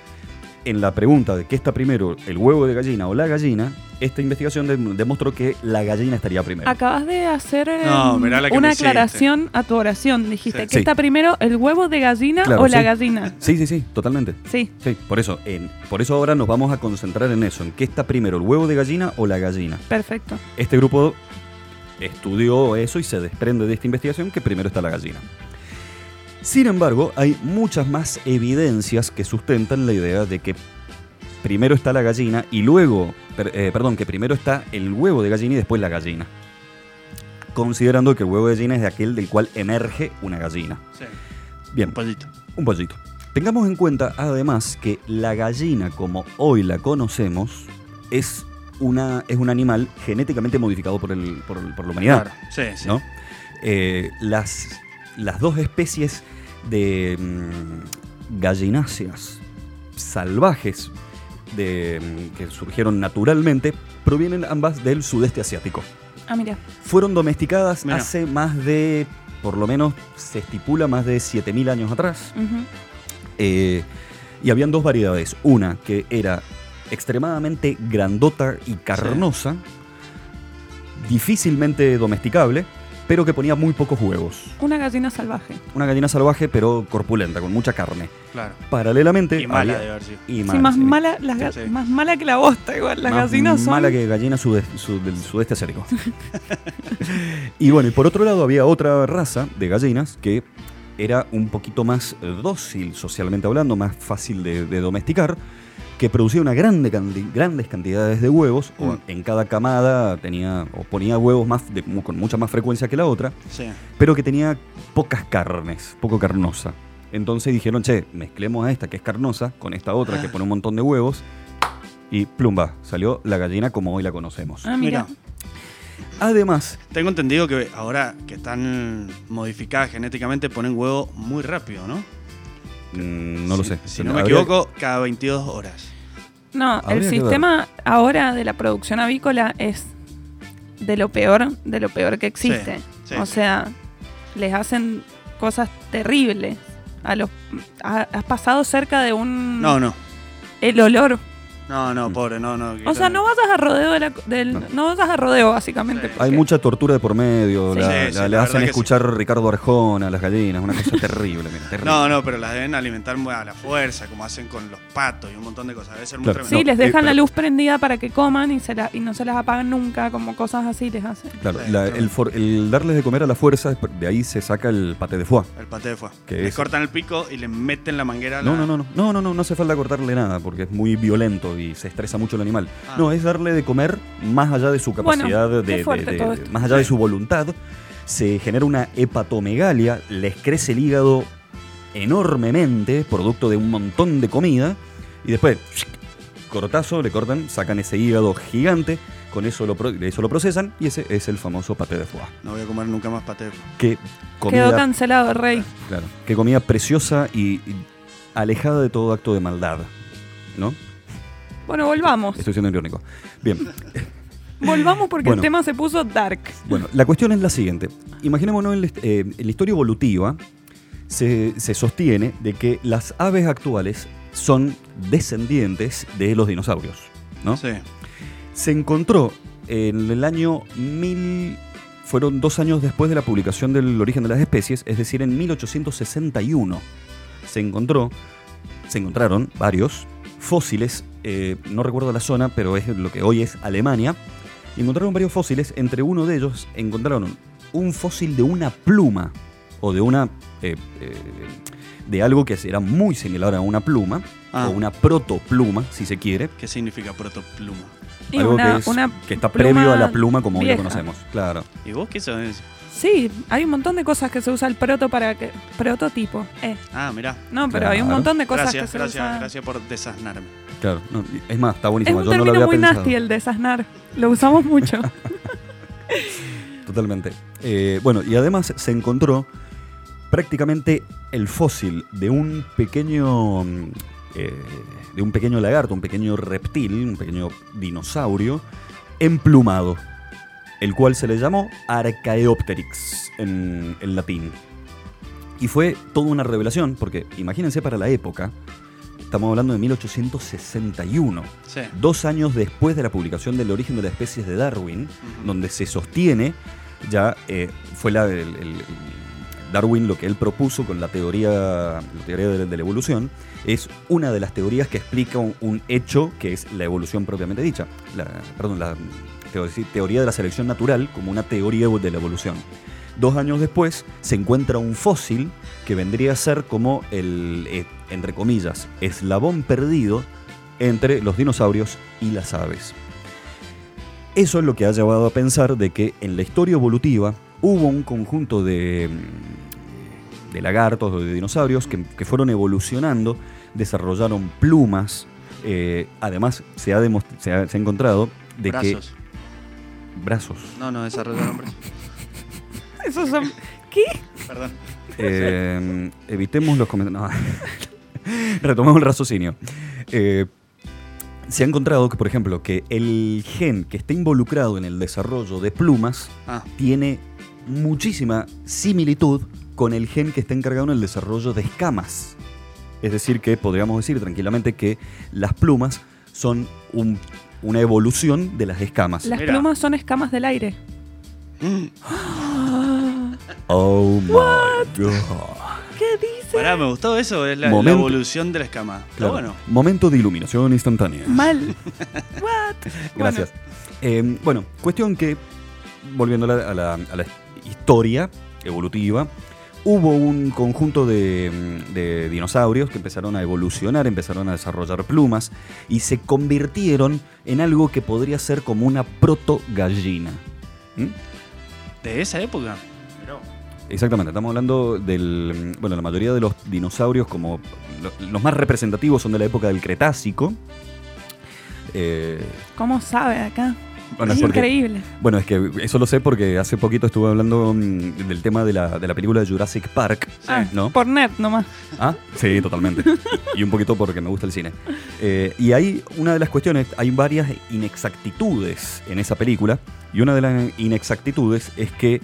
en la pregunta de qué está primero, el huevo de gallina o la gallina, esta investigación de- demostró que la gallina estaría primero.
Acabas de hacer eh,
Eh. No, mirá la que
una
me hiciste.
aclaración a tu oración. Dijiste
Sí.
que
Sí.
está primero el huevo de gallina
Claro,
o la
sí.
gallina.
Sí, sí, sí, totalmente.
Sí.
Sí, por eso, en- por eso ahora nos vamos a concentrar en eso, en qué está primero, el huevo de gallina o la gallina.
Perfecto.
Este grupo estudió eso y se desprende de esta investigación que primero está la gallina. Sin embargo, hay muchas más evidencias que sustentan la idea de que primero está la gallina y luego, per- eh, perdón, que primero está el huevo de gallina y después la gallina. Considerando que el huevo de gallina es de aquel del cual emerge una gallina.
Sí,
Bien,
un pollito.
un pollito. Tengamos en cuenta además que la gallina como hoy la conocemos es, una, es un animal genéticamente modificado por, el, por, el- por la humanidad.
Sí, sí.
¿no? Eh, las, las dos especies de mm, gallináceas salvajes de, mm, que surgieron naturalmente provienen ambas del sudeste asiático.
Ah, mira.
Fueron domesticadas
Mirá.
hace más de, por lo menos se estipula, más de 7.000 años atrás.
Ujú.
Eh, y habían dos variedades. Una que era extremadamente grandota y carnosa, difícilmente domesticable, pero que ponía muy pocos huevos.
Una gallina salvaje.
Una gallina salvaje, pero corpulenta, con mucha carne.
Claro.
Paralelamente.
Y mala
había-
de haber sido.
y
Sí, más,
sí.
mala, las ga-
Sí.
más mala que la bosta igual. Las
Más
gallinas son...
mala que gallina sude- su- del sudeste asiático. y bueno, y por otro lado había otra raza de gallinas que era un poquito más dócil socialmente hablando, más fácil de, de domesticar, que producía una grande canti- grandes cantidades de huevos, o
Mm.
en cada camada tenía o ponía huevos más de- con mucha más frecuencia que la otra,
Sí.
pero que tenía pocas carnes, poco carnosa. Entonces dijeron, che, mezclemos a esta que es carnosa con esta otra que pone un montón de huevos. Y plumba, salió la gallina como hoy la conocemos.
Ah, mira.
Mirá.
Además,
Tengo entendido que ahora que están modificadas genéticamente ponen huevo muy rápido, ¿no?
mm, no lo
Si-
sé.
Si no me
Habría-
equivoco, cada 22 horas.
No,
Habría
el
que ver.
sistema ahora de la producción avícola es de lo peor, de lo peor que existe.
sí.
O sea, les hacen cosas terribles. A los, ha- has pasado cerca de un...
No, no.
El olor.
No, no, pobre, no, no.
O sea, no vayas a rodeo, de la- del,
No.
no. vayas a rodeo básicamente.
Sí.
Hay
porque-
mucha tortura de por medio,
Sí.
la-
Sí,
la-
sí, la
le
verdad
hacen
que
escuchar Ricardo Arjona a las gallinas, una cosa terrible, mira, terrible.
No, no, pero las deben alimentar muy a la fuerza, como hacen con los patos y un montón de cosas. Debe ser muy
Claro.
tremendo.
Sí,
No,
les
eh,
dejan la
pero-
luz prendida para que coman y, se la, y no se las apagan nunca, como cosas así les hacen.
Claro,
Sí,
la-
claro.
el, for- el darles de comer a la fuerza, de ahí se saca el paté de foie.
El paté de fuego.
¿Qué
Les
es?
cortan el pico y le meten la manguera. a
No,
la-
no, no, no, no, no, no, no hace falta cortarle nada porque es muy violento y se estresa mucho el animal.
Ah.
No, es darle de comer más allá de su
Bueno,
capacidad de-
qué
de,
fuerte
de-
todo
de-
esto.
más allá de su voluntad, se genera una hepatomegalia, les crece el hígado enormemente, producto de un montón de comida, y después cortazo, le cortan, sacan ese hígado gigante, con eso lo, pro- eso lo procesan y ese es el famoso paté de foie.
No voy a comer nunca más paté de fuego.
Que
Quedó
comida
cancelado, Rey.
Claro. Qué comida preciosa y, y alejada de todo acto de maldad. ¿No?
Bueno, volvamos.
Estoy siendo irónico. Bien.
Volvamos porque
Bueno.
el tema se puso dark.
Bueno, la cuestión es la siguiente. Imaginémonos, en la, hist- eh, en la historia evolutiva se, se sostiene de que las aves actuales son descendientes de los dinosaurios. ¿No?
Sí.
Se encontró en el año 1000. Fueron dos años después de la publicación del origen de las especies, es decir, en 1861. Se encontró. Se encontraron varios fósiles. eh, no recuerdo la zona, pero es lo que hoy es Alemania. y Encontraron varios fósiles. Entre uno de ellos encontraron un fósil de una pluma. O de una. eh, eh, de algo que era muy similar a una pluma.
Ah.
O una protopluma, si se quiere
¿Qué significa protopluma?
Y
algo
una-
que, es-
una
que está
pluma
previo a la pluma como hoy la
vieja.
conocemos. Claro.
¿Y vos qué sabés?
Sí, hay un montón de cosas que se usa el proto para que. Prototipo. Eh,
Ah, mirá.
no, pero hay un
Claro.
montón de cosas que
Gracias,
se
gracias,
usa.
gracias por desasnarme.
Claro. No, es más, está
Es
buenísimo.
un
Yo no lo
término
había
muy
pensado.
nasty el desasnar. Lo usamos mucho.
Totalmente. Eh, bueno, y además se encontró prácticamente el fósil de un pequeño. mm, eh, de un pequeño lagarto, un pequeño reptil, un pequeño dinosaurio, emplumado. El cual se le llamó Archaeopteryx en, en latín. Y fue toda una revelación, porque imagínense para la época, Estamos hablando de 1861,
Sí.
dos años después de la publicación del origen de las especies de Darwin,
Ujú.
donde se sostiene, ya eh, fue la, el- el- Darwin lo que él propuso con la teoría, la teoría de, la- de la evolución, es una de las teorías que explica un, un hecho que es la evolución propiamente dicha, la, perdón, la teo- teoría de la selección natural como una teoría de la evolución. Dos años después se encuentra un fósil que vendría a ser como el, eh, entre comillas, eslabón perdido entre los dinosaurios y las aves. Eso es lo que ha llevado a pensar de que en la historia evolutiva hubo un conjunto de, mm, de lagartos o de dinosaurios que, que fueron evolucionando, desarrollaron plumas, eh, además se ha, demost- se ha- se ha encontrado de
Brazos.
que brazos.
No, no desarrollaron brazos.
Esos son. ¿Qué?
Perdón.
Eh, evitemos los comentarios. Retomemos el raciocinio. Eh, se ha encontrado que, por ejemplo, que el gen que está involucrado en el desarrollo de plumas
Ah,
tiene muchísima similitud con el gen que está encargado en el desarrollo de escamas. Es decir, que podríamos decir tranquilamente que las plumas son un- una evolución de las escamas.
Las
Mira.
plumas son escamas del aire.
Mm.
Oh my god.
¿Qué dice?
Pará, me gustó eso, es la, la
Momento.
evolución de la escama. Está
Claro.
bueno.
Momento de iluminación instantánea.
Mal. What?
Gracias.
Bueno,
Eh, bueno, cuestión que, volviendo a la, a la- a la historia evolutiva, hubo un conjunto de, mm, de dinosaurios que empezaron a evolucionar, empezaron a desarrollar plumas y se convirtieron en algo que podría ser como una proto-gallina. ¿Mm?
De esa época.
Exactamente, estamos hablando del. Bueno, la mayoría de los dinosaurios, como lo- los más representativos, son de la época del Cretácico. Eh,
¿Cómo sabe acá?
bueno,
es
es porque-
increíble.
Bueno, es que eso lo sé porque hace poquito estuve hablando mm, del tema de la, de la película de Jurassic Park,
Ah,
¿no?
Por net nomás.
¿Ah? Sí, totalmente. Y un poquito porque me gusta el cine. Eh, y hay una de las cuestiones, hay varias inexactitudes en esa película. Y una de las inexactitudes es que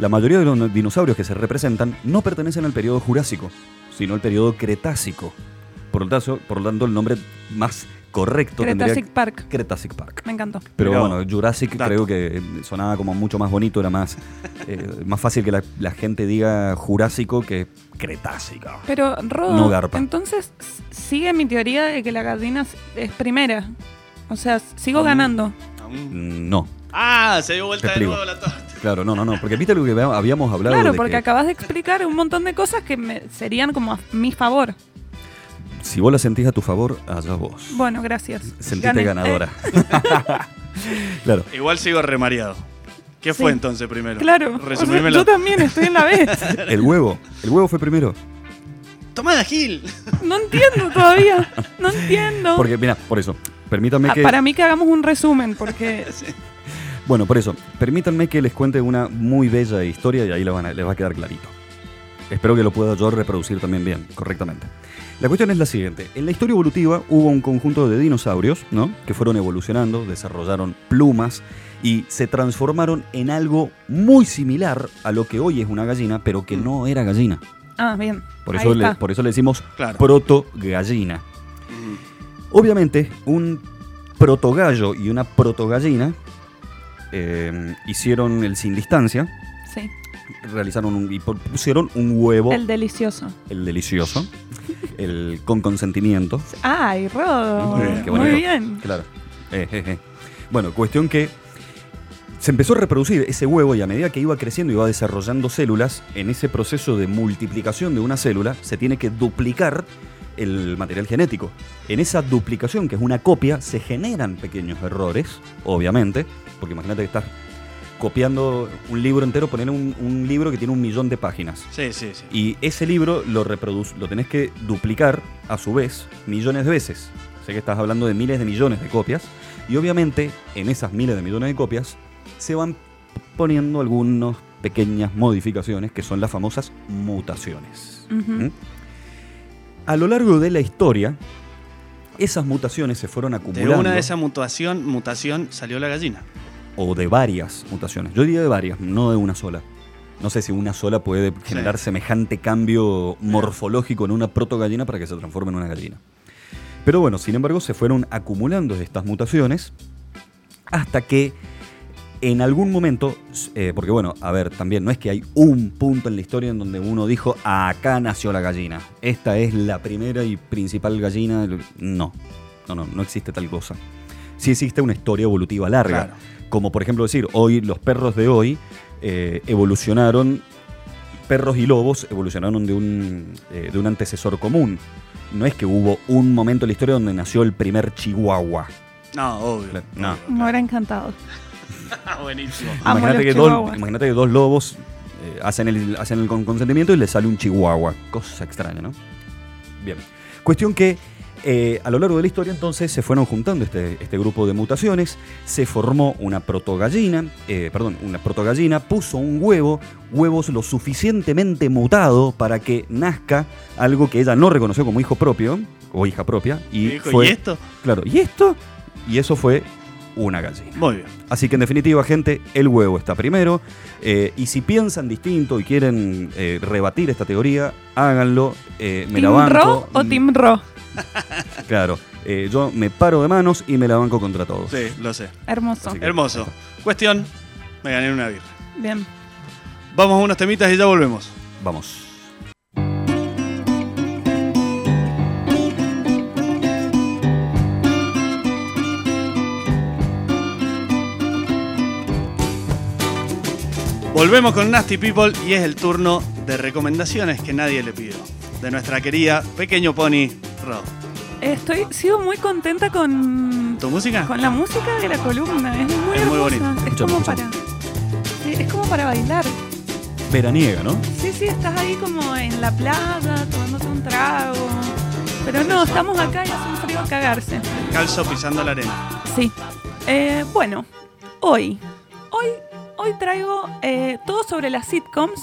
la mayoría de los dinosaurios que se representan no pertenecen al periodo jurásico, sino al periodo cretácico. Por lo tanto, por lo tanto el nombre más correcto
Cretácic
tendría
Park.
Cretácic Park.
Me encantó.
Pero
Pero,
bueno, Jurassic
dato.
creo que sonaba como mucho más bonito, era más, eh, más fácil que la, la gente diga Jurásico que Cretácico.
Pero, Rodo,
No garpa.
entonces s- sigue mi teoría de que la gallina s- es primera. O sea, s- sigo
Mm.
ganando.
Aún-
No,
Ah, se dio vuelta de
explico.
nuevo la torta.
claro, no, no, no, porque viste lo que habíamos hablado.
Claro,
de
porque
que
acabas de explicar un montón de cosas que me serían como a mi favor.
Si vos la sentís a tu favor, allá vos.
Bueno, gracias.
Sentiste
Gané. Eh.
ganadora. claro,
Igual sigo remareado. ¿Qué fue
Sí.
entonces
Eh,
primero?
claro. O sea,
Resumímelo.
yo también estoy en la vez.
el huevo, el huevo fue primero.
Tomada Gil.
No entiendo todavía. No entiendo.
Porque, mira, por eso, permítanme
Ah,
que...
Para mí que hagamos un resumen, porque
Bueno, por eso, permítanme que les cuente una muy bella historia y ahí la van a- les va a quedar clarito. Espero que lo pueda yo reproducir también bien, correctamente. La cuestión es la siguiente. En la historia evolutiva hubo un conjunto de dinosaurios, ¿no? Que fueron evolucionando, desarrollaron plumas y se transformaron en algo muy similar a lo que hoy es una gallina, pero que no era gallina.
Ah, bien.
Por
Mm. Ahí
eso, le,
está.
por eso le decimos
Claro.
proto-gallina.
Mm.
Obviamente, un protogallo y una protogallina eh, hicieron el sin distancia,
Sí.
realizaron un, y pu- pusieron un huevo,
El
el,
delicioso.
delicioso, el con consentimiento.
Ay, Rodo.
Muy bien,
qué
Ah, Muy
bonito.
bien.
Claro. Eh, eh, eh. Bueno, cuestión que se empezó a reproducir ese huevo y a medida que iba creciendo iba desarrollando células, en ese proceso de multiplicación de una célula se tiene que duplicar el material genético. En esa duplicación, que es una copia, se generan pequeños errores, obviamente, porque imagínate que estás copiando un libro entero, poner un, un libro que tiene un millón de páginas.
Sí, sí, sí.
Y ese libro lo reproduce, lo tenés que duplicar a su vez millones de veces. Sé que estás hablando de miles de millones de copias. Y obviamente en esas miles de millones de copias se van poniendo algunas pequeñas modificaciones que son las famosas mutaciones.
Ujú.
¿Mm? A lo largo de la historia, esas mutaciones se fueron
De
acumulando.
una de esa mutación, mutación salió la gallina.
O de varias mutaciones. Yo diría de varias, no de una sola. No sé si una sola puede generar semejante cambio morfológico en una protogallina para que se transforme en una gallina. Pero bueno, sin embargo, se fueron acumulando estas mutaciones hasta que en algún momento, eh, porque bueno, a ver, también no es que hay un punto en la historia en donde uno dijo, acá nació la gallina, esta es la primera y principal gallina, no, no, no, no existe tal cosa. Sí existe una historia evolutiva larga,
Claro.
como por ejemplo decir, hoy los perros de hoy eh, evolucionaron, perros y lobos evolucionaron de un, eh, de un antecesor común. No es que hubo un momento en la historia donde nació el primer chihuahua.
No, obvio.
Claro, no. Ah,
obvio,
Me hubiera encantado.
claro. Buenísimo.
Amo
Imagínate
los
que, dos,
chihuahuas.
imagínate que dos lobos eh, hacen, el, hacen el con- consentimiento y les sale un chihuahua. Cosa extraña, ¿no? Bien. Cuestión que eh, a lo largo de la historia entonces se fueron juntando este, este grupo de mutaciones, se formó una protogallina, eh, perdón, una protogallina, puso un huevo, huevos lo suficientemente mutado para que nazca algo que ella no reconoció como hijo propio o hija propia. Y,
Y dijo,
fue,
¿y esto?
Claro, ¿y esto? Y eso fue una gallina.
Muy bien.
Así que en definitiva, gente, el huevo está primero. Eh, y si piensan distinto y quieren eh, rebatir esta teoría, háganlo. Eh, me la
¿Team
banco.
Ro o Team Ro?
Claro. eh, yo me paro de manos y me la banco contra todos.
Sí, lo sé.
Hermoso.
Así que-
Hermoso. Cuestión, me gané una birra.
Bien.
Vamos a unos temitas y ya volvemos.
Vamos.
Volvemos con Nasty People y es el turno de recomendaciones que nadie le pidió. De nuestra querida Pequeño Pony Rob.
Estoy, sigo muy contenta con,
¿Tu música?
con la música de la columna. Es muy
Es muy
hermosa.
bonito.
Es
Escuchame,
como
escuchame.
para. sí, Es como para bailar.
Veraniega, ¿no?
Sí, sí, estás ahí como en la playa, tomándote un trago. Pero no, estamos acá y hace un frío a cagarse.
Calzo pisando la arena.
Sí. Eh, bueno, hoy. Hoy, hoy traigo eh, todo sobre las sitcoms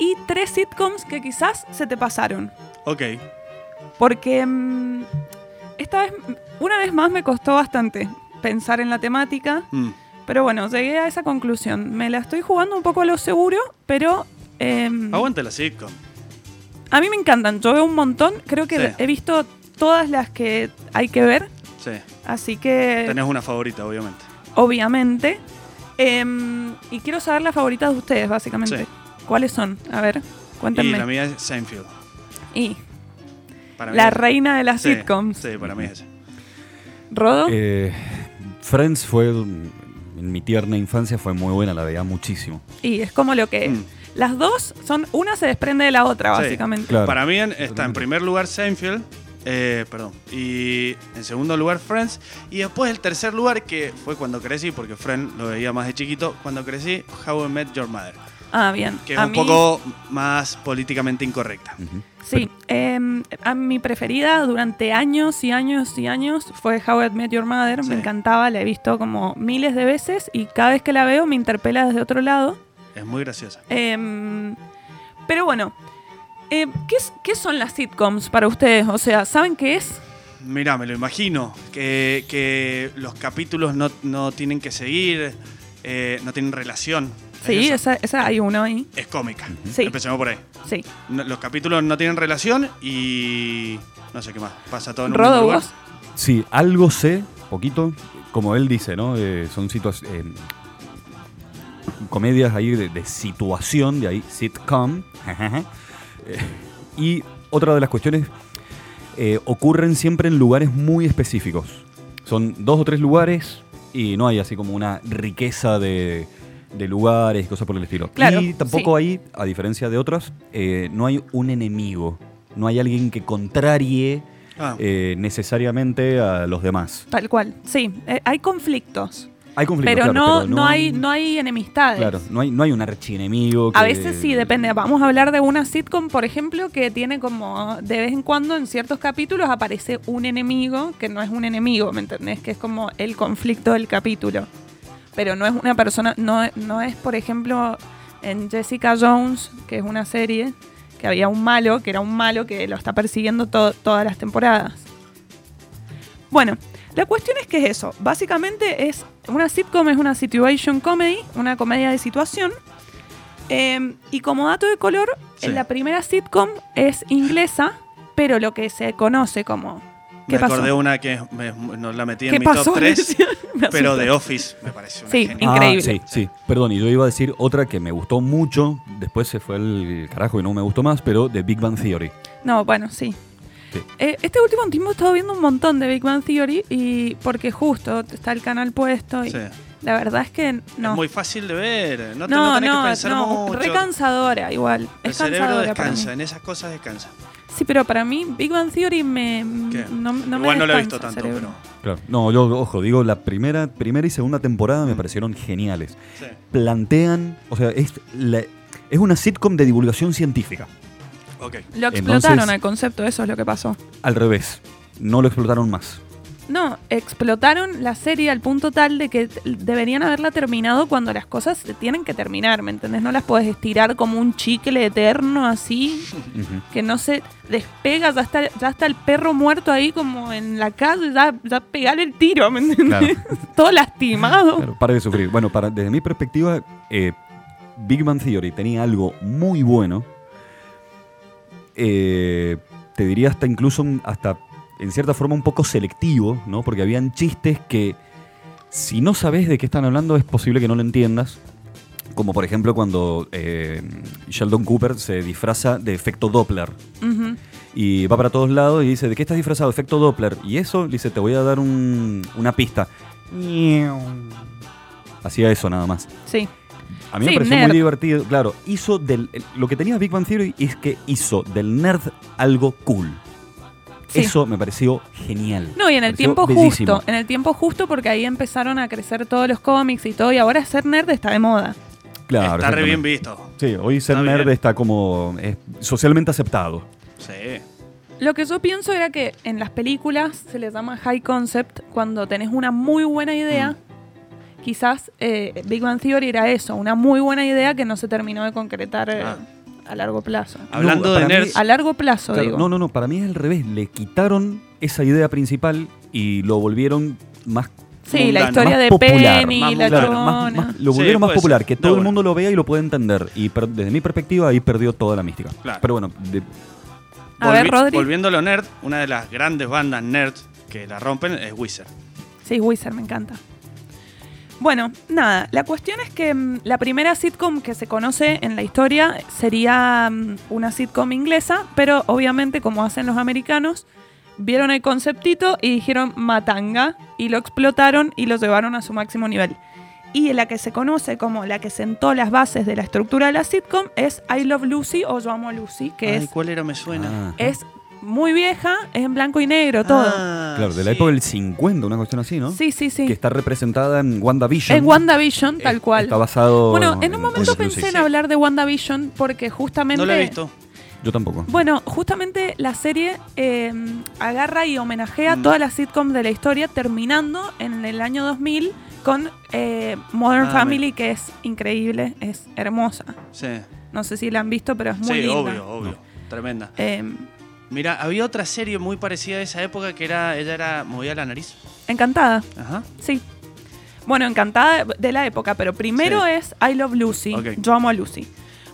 y tres sitcoms que quizás se te pasaron.
Ok.
Porque mm, esta vez, una vez más me costó bastante pensar en la temática,
Mm.
pero bueno, llegué a esa conclusión. Me la estoy jugando un poco a lo seguro, pero em,
Aguante la sitcom.
a mí me encantan. Yo veo un montón, creo que
Sí.
he visto todas las que hay que ver,
Sí.
Eh. así que
Tenés una favorita, obviamente.
obviamente. Em, y quiero saber las favoritas de ustedes, básicamente.
Sí.
¿Cuáles son? A ver,
Y la
cuéntenme.
mía es Seinfeld.
Y
Para mí
la
es-
reina de las
Sí,
sitcoms.
Sí, para mí es esa.
Rodo.
Eh, Friends fue. En mi tierna infancia fue muy buena, la veía muchísimo.
Y es como lo que...
Mm.
Las dos son... Una se desprende de la otra,
Sí,
básicamente.
Claro.
Para mí en- está en
Totalmente.
primer lugar Seinfeld, eh, perdón, y en segundo lugar Friends, y después el tercer lugar que fue cuando crecí, porque Friends lo veía más de chiquito, cuando crecí How I Met Your Mother,
Ah, bien.
que es
a
un
mí,
poco más políticamente incorrecta.
Ujú.
Sí. em, a mi preferida durante años y años y años fue How I Met Your Mother.
Sí.
Me encantaba, la he visto como miles de veces y cada vez que la veo me interpela desde otro lado.
Es muy graciosa.
Em, pero bueno, em, ¿qué, es- ¿qué son las sitcoms para ustedes? O sea, ¿saben qué es?
Mira, me lo imagino, que, que los capítulos no, no tienen que seguir, eh, no tienen relación. ¿Es
Sí,
eso?
esa, esa hay uno ahí.
es cómica.
Sí.
Empecemos por ahí.
Sí.
No- los capítulos no tienen relación y no sé qué más. Pasa todo en un mismo
Rodo,
lugar.
vos.
Sí, algo sé, poquito, como él dice, ¿no? Eh, son situaciones. comedias ahí de, de situación, de ahí sitcom. Eh, y otra de las cuestiones, eh, ocurren siempre en lugares muy específicos. Son dos o tres lugares y no hay así como una riqueza de, de lugares y cosas por el estilo.
Claro,
y tampoco hay, a diferencia de otras, eh, no hay un enemigo. No hay alguien que contrarie
Ah,
eh, necesariamente a los demás.
Tal cual. Sí, eh, hay conflictos.
Hay conflictos,
pero,
claro,
no, no, hay, no hay enemistades.
Claro, no hay, no hay un archienemigo.
A
que- Ah,
veces sí, depende. Vamos a hablar de una sitcom, por ejemplo, que tiene como de vez en cuando en ciertos capítulos aparece un enemigo que no es un enemigo, ¿me entendés? Que es como el conflicto del capítulo. Pero no es una persona, no, no es, por ejemplo, en Jessica Jones, que es una serie, que había un malo, que era un malo que lo está persiguiendo to- todas las temporadas. Bueno, la cuestión es que es eso. Básicamente es una sitcom, es una situation comedy, una comedia de situación. Eh, y como dato de color,
Sí.
la primera sitcom es inglesa, pero lo que se conoce como ¿Qué
me acordé
pasó?
una que me- no la metí
¿Qué
en mi
pasó?
top 3,
Me
pero
asustó.
de Office me parece una
Sí,
genia.
Increíble.
Ah, sí, sí. Perdón, y yo iba a decir otra que me gustó mucho, después se fue el carajo y no me gustó más, pero de Big Bang Theory.
No, bueno, sí.
Sí.
Eh, este último tiempo he estado viendo un montón de Big Bang Theory y porque justo está el canal puesto y
Sí.
la verdad es que no.
Es muy fácil de ver, no, te, no
no,
tenés
no,
que pensar
no,
mucho.
re cansadora igual.
El
es
cerebro
cansadora
descansa,
para mí.
en esas cosas descansa.
Sí, pero para mí Big Bang Theory me
¿Qué?
no, no me
Igual no lo he visto
descansa
tanto,
el cerebro.
pero.
Claro. No, yo, ojo, digo, la primera, primera y segunda temporada me parecieron geniales.
Sí.
Plantean, o sea, es, la- es una sitcom de divulgación científica.
Ok.
Lo
Entonces-
explotaron al concepto, eso es lo que pasó.
Al revés, no lo explotaron más.
No, explotaron la serie al punto tal de que t- deberían haberla terminado cuando las cosas se tienen que terminar, ¿me entendés? No las puedes estirar como un chicle eterno así,
Ujú.
que no se despega, ya está, ya está el perro muerto ahí como en la calle, ya, ya pegale el tiro, ¿me entendés? Todo lastimado.
Claro, pare de sufrir. Bueno, para, desde mi perspectiva, eh, Big Bang Theory tenía algo muy bueno. Eh, te diría hasta incluso, un- hasta en cierta forma un poco selectivo, ¿no? Porque habían chistes que si no sabes de qué están hablando es posible que no lo entiendas. Como por ejemplo cuando eh, Sheldon Cooper se disfraza de efecto Doppler
Ujú.
y va para todos lados y dice, ¿de qué estás disfrazado? Efecto Doppler. Y eso, le dice, te voy a dar un- una pista. Hacía eso nada más.
Sí,
A mí me
Sí,
pareció
nerd.
muy divertido. Claro, hizo del. el- Lo que tenía Big Bang Theory es que hizo del nerd algo cool.
sí.
Eso me pareció genial.
No, y en
Me
el
pareció
tiempo
bellísimo.
justo, en el tiempo justo porque ahí empezaron a crecer todos los cómics y todo, y ahora ser nerd está de moda.
Claro,
Está re bien
exactamente.
visto.
Sí, hoy ser
Está bien.
nerd está como. es socialmente aceptado.
Sí.
Lo que yo pienso era que en las películas se les llama high concept cuando tenés una muy buena idea.
Mm.
Quizás eh, Big Bang Theory era eso, una muy buena idea que no se terminó de concretar eh,
Ah.
a largo plazo.
Hablando de
para mí-
nerds.
A largo plazo,
Claro,
digo.
no, no, no. Para mí es al revés. Le quitaron esa idea principal y lo volvieron más.
sí, la
mundano,
historia
más
de
popular,
más
Penny, la
mundano,
Claro,
chona.
más- más- lo
Sí,
volvieron más
puede ser.
popular, que
De
todo el
una.
mundo lo vea y lo pueda entender. Y per- desde mi perspectiva, ahí perdió toda la mística.
Claro.
Pero bueno, de-
A ver,
Volvi-
Rodri.
Volviendo a lo nerd, una de las grandes bandas nerd que la rompen es Wizard.
Sí, Wizard, me encanta. Bueno, nada, la cuestión es que mm, la primera sitcom que se conoce en la historia sería mm, una sitcom inglesa, pero obviamente como hacen los americanos, vieron el conceptito y dijeron matanga y lo explotaron y lo llevaron a su máximo nivel. Y la que se conoce como la que sentó las bases de la estructura de la sitcom es I Love Lucy o Yo Amo a Lucy, que
Ay,
es,
¿cuál era? Me suena.
Ah.
es muy vieja, es en blanco y negro, todo.
Ah,
Claro, de la
sí.
época del 50, una cuestión así, ¿no?
Sí, sí, sí.
Que está representada en WandaVision.
En WandaVision, tal
Es-
cual.
Está basado.
Bueno, en un momento
Lucy.
pensé en hablar de WandaVision porque justamente.
No la he visto.
Yo tampoco.
Bueno, justamente la serie eh, agarra y homenajea
Mm.
todas las sitcoms de la historia, terminando en el año 2000 con eh, Modern
Ah,
Family, que es increíble, es hermosa.
Sí,
No sé si la han visto, pero es muy
Sí,
linda.
obvio, obvio. Tremenda.
Eh,
Mira, había otra serie muy parecida a esa época que era. Ella era. movía la nariz.
encantada,
Ajá.
sí. Bueno, encantada de la época, pero primero
Sí.
es I Love Lucy,
Ok.
Yo Amo a Lucy.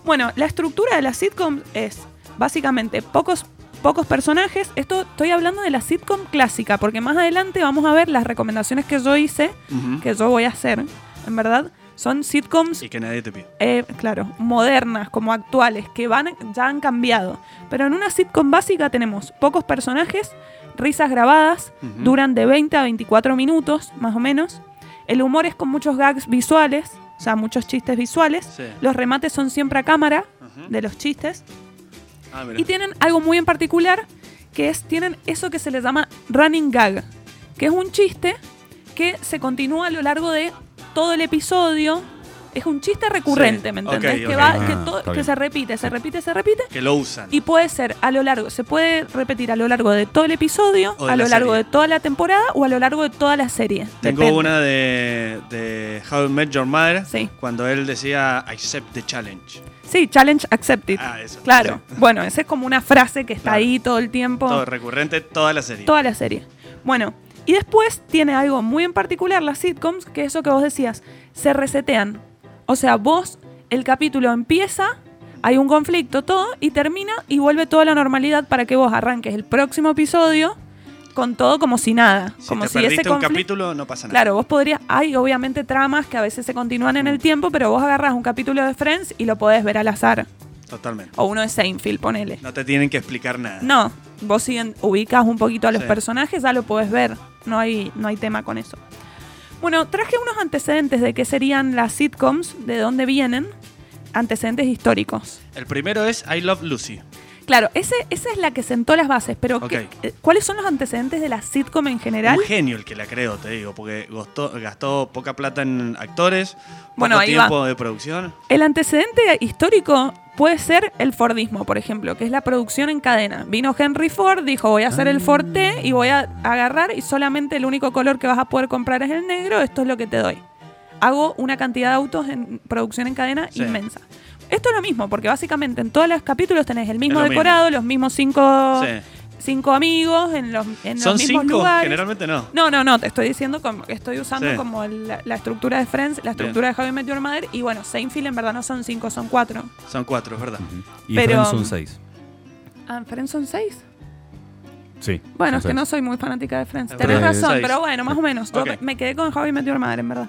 Bueno, la estructura de la sitcom es básicamente pocos, pocos personajes. Esto estoy hablando de la sitcom clásica, porque más adelante vamos a ver las recomendaciones que yo hice,
Ujú.
que yo voy a hacer, en verdad. Son sitcoms,
Y que nadie te pide.
eh, claro, modernas, como actuales, que van, ya han cambiado. Pero en una sitcom básica tenemos pocos personajes, risas grabadas,
Ujú.
duran de 20 a 24 minutos, más o menos. El humor es con muchos gags visuales, o sea, muchos chistes visuales.
Sí.
Los remates son siempre a cámara
Ujú.
de los chistes.
Ah, mira.
Y tienen algo muy en particular, que es, tienen eso que se les llama running gag, que es un chiste que se continúa a lo largo de todo el episodio. Es un chiste recurrente,
Sí,
¿me
ok,
entendés?
ok.
Que, va,
Ah,
que todo-
está
que
bien.
se repite, se repite, se repite.
Que lo usan.
Y puede ser a lo largo, se puede repetir a lo largo de todo el episodio,
O de
a
la
lo largo
serie.
de toda la temporada o a lo largo de toda la serie.
Tengo
Depende.
una de, de How I Met Your Mother.
Sí.
Cuando él decía, I accept the challenge.
Sí, challenge accepted.
Ah, eso.
Claro.
Sí.
Bueno, esa es como una frase que está
Claro.
ahí todo el tiempo.
Todo recurrente, toda la serie.
Toda la serie. Bueno, y después tiene algo muy en particular las sitcoms, que es eso que vos decías, se resetean. O sea, vos, el capítulo empieza, hay un conflicto, todo, y termina y vuelve toda la normalidad para que vos arranques el próximo episodio con todo como si nada.
Si
como
te
si
perdiste
ese
un
conflicto-
capítulo, no Mm. pasa nada.
Claro, vos podrías. Hay obviamente tramas que a veces se continúan en el tiempo, pero vos agarras un capítulo de Friends y lo podés ver al azar.
Totalmente.
O uno de Seinfeld, ponele.
No te tienen que explicar nada.
No, vos si en- ubicas un poquito a los
Sí.
personajes, ya lo podés ver. No hay, no hay tema con eso. Bueno, traje unos antecedentes de qué serían las sitcoms, de dónde vienen, antecedentes históricos.
El primero es I Love Lucy.
Claro, ese, esa es la que sentó las bases, pero
Ok.
¿qué- eh, ¿cuáles son los antecedentes de la sitcom en general?
Un genio el que la creó, te digo, porque gastó, gastó poca plata en actores, poco
Bueno, ahí va.
tiempo de producción.
El antecedente histórico puede ser el Fordismo, por ejemplo, que es la producción en cadena. Vino Henry Ford, dijo voy a hacer
Ah.
el Ford T y voy a agarrar y solamente el único color que vas a poder comprar es el negro, esto es lo que te doy. Hago una cantidad de autos en producción en cadena
Sí.
inmensa. Esto es lo mismo, porque básicamente en todos los capítulos tenés el mismo
Es lo
decorado, los mismos cinco,
Sí.
cinco amigos en los, en los
Son
mismos
cinco,
lugares.
generalmente no.
No, no, no, te estoy diciendo como estoy usando
Sí.
como el- la, la estructura de Friends, la estructura de How I Met Your Mother y bueno, Seinfeld en verdad no son cinco, son cuatro.
Son cuatro, es verdad.
Y
Pero-
Friends son seis.
Ah, Friends son seis.
Sí.
Bueno, es
son
que no
seis.
soy muy fanática de Friends.
Es
Tenés
verdad.
razón,
Seis.
pero bueno, más o menos. Yo
Ok.
me- me quedé con How I Met Your Mother en verdad.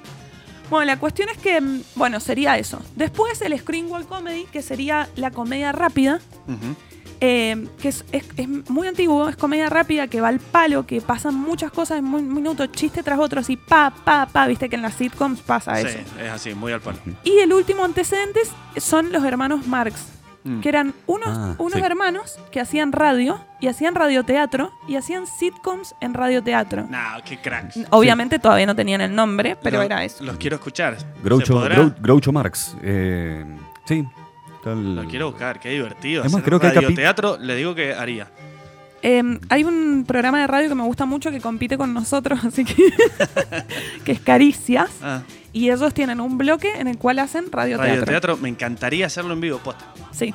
Bueno, la cuestión es que, mm, bueno, sería eso. Después el Screenwall Comedy, que sería la comedia rápida,
Ujú.
eh, que es, es- es muy antiguo, es comedia rápida, que va al palo, que pasan muchas cosas en un minuto, chiste tras otro, así pa, pa, pa, viste que en las sitcoms pasa
Sí,
eso.
es así, muy al palo.
Y el último antecedente son los hermanos Marx,
Mm.
que eran unos,
Ah,
unos
sí.
hermanos que hacían radio y hacían radioteatro y hacían sitcoms en radioteatro.
No, qué cracks.
Obviamente todavía no tenían el nombre, pero
Lo-
era eso.
Los quiero escuchar. ¿Se
Groucho,
podrá?
Grou- Groucho Marx. Eh, sí. Tal-
Los quiero buscar, qué divertido.
Además,
Además,
creo que hay capi-
teatro, le digo que haría.
Eh, hay un programa de radio que me gusta mucho que compite con nosotros, así que, que es Caricias.
Ah,
Y ellos tienen un bloque en el cual hacen radioteatro.
radio teatro, me encantaría hacerlo en vivo, posta.
Sí,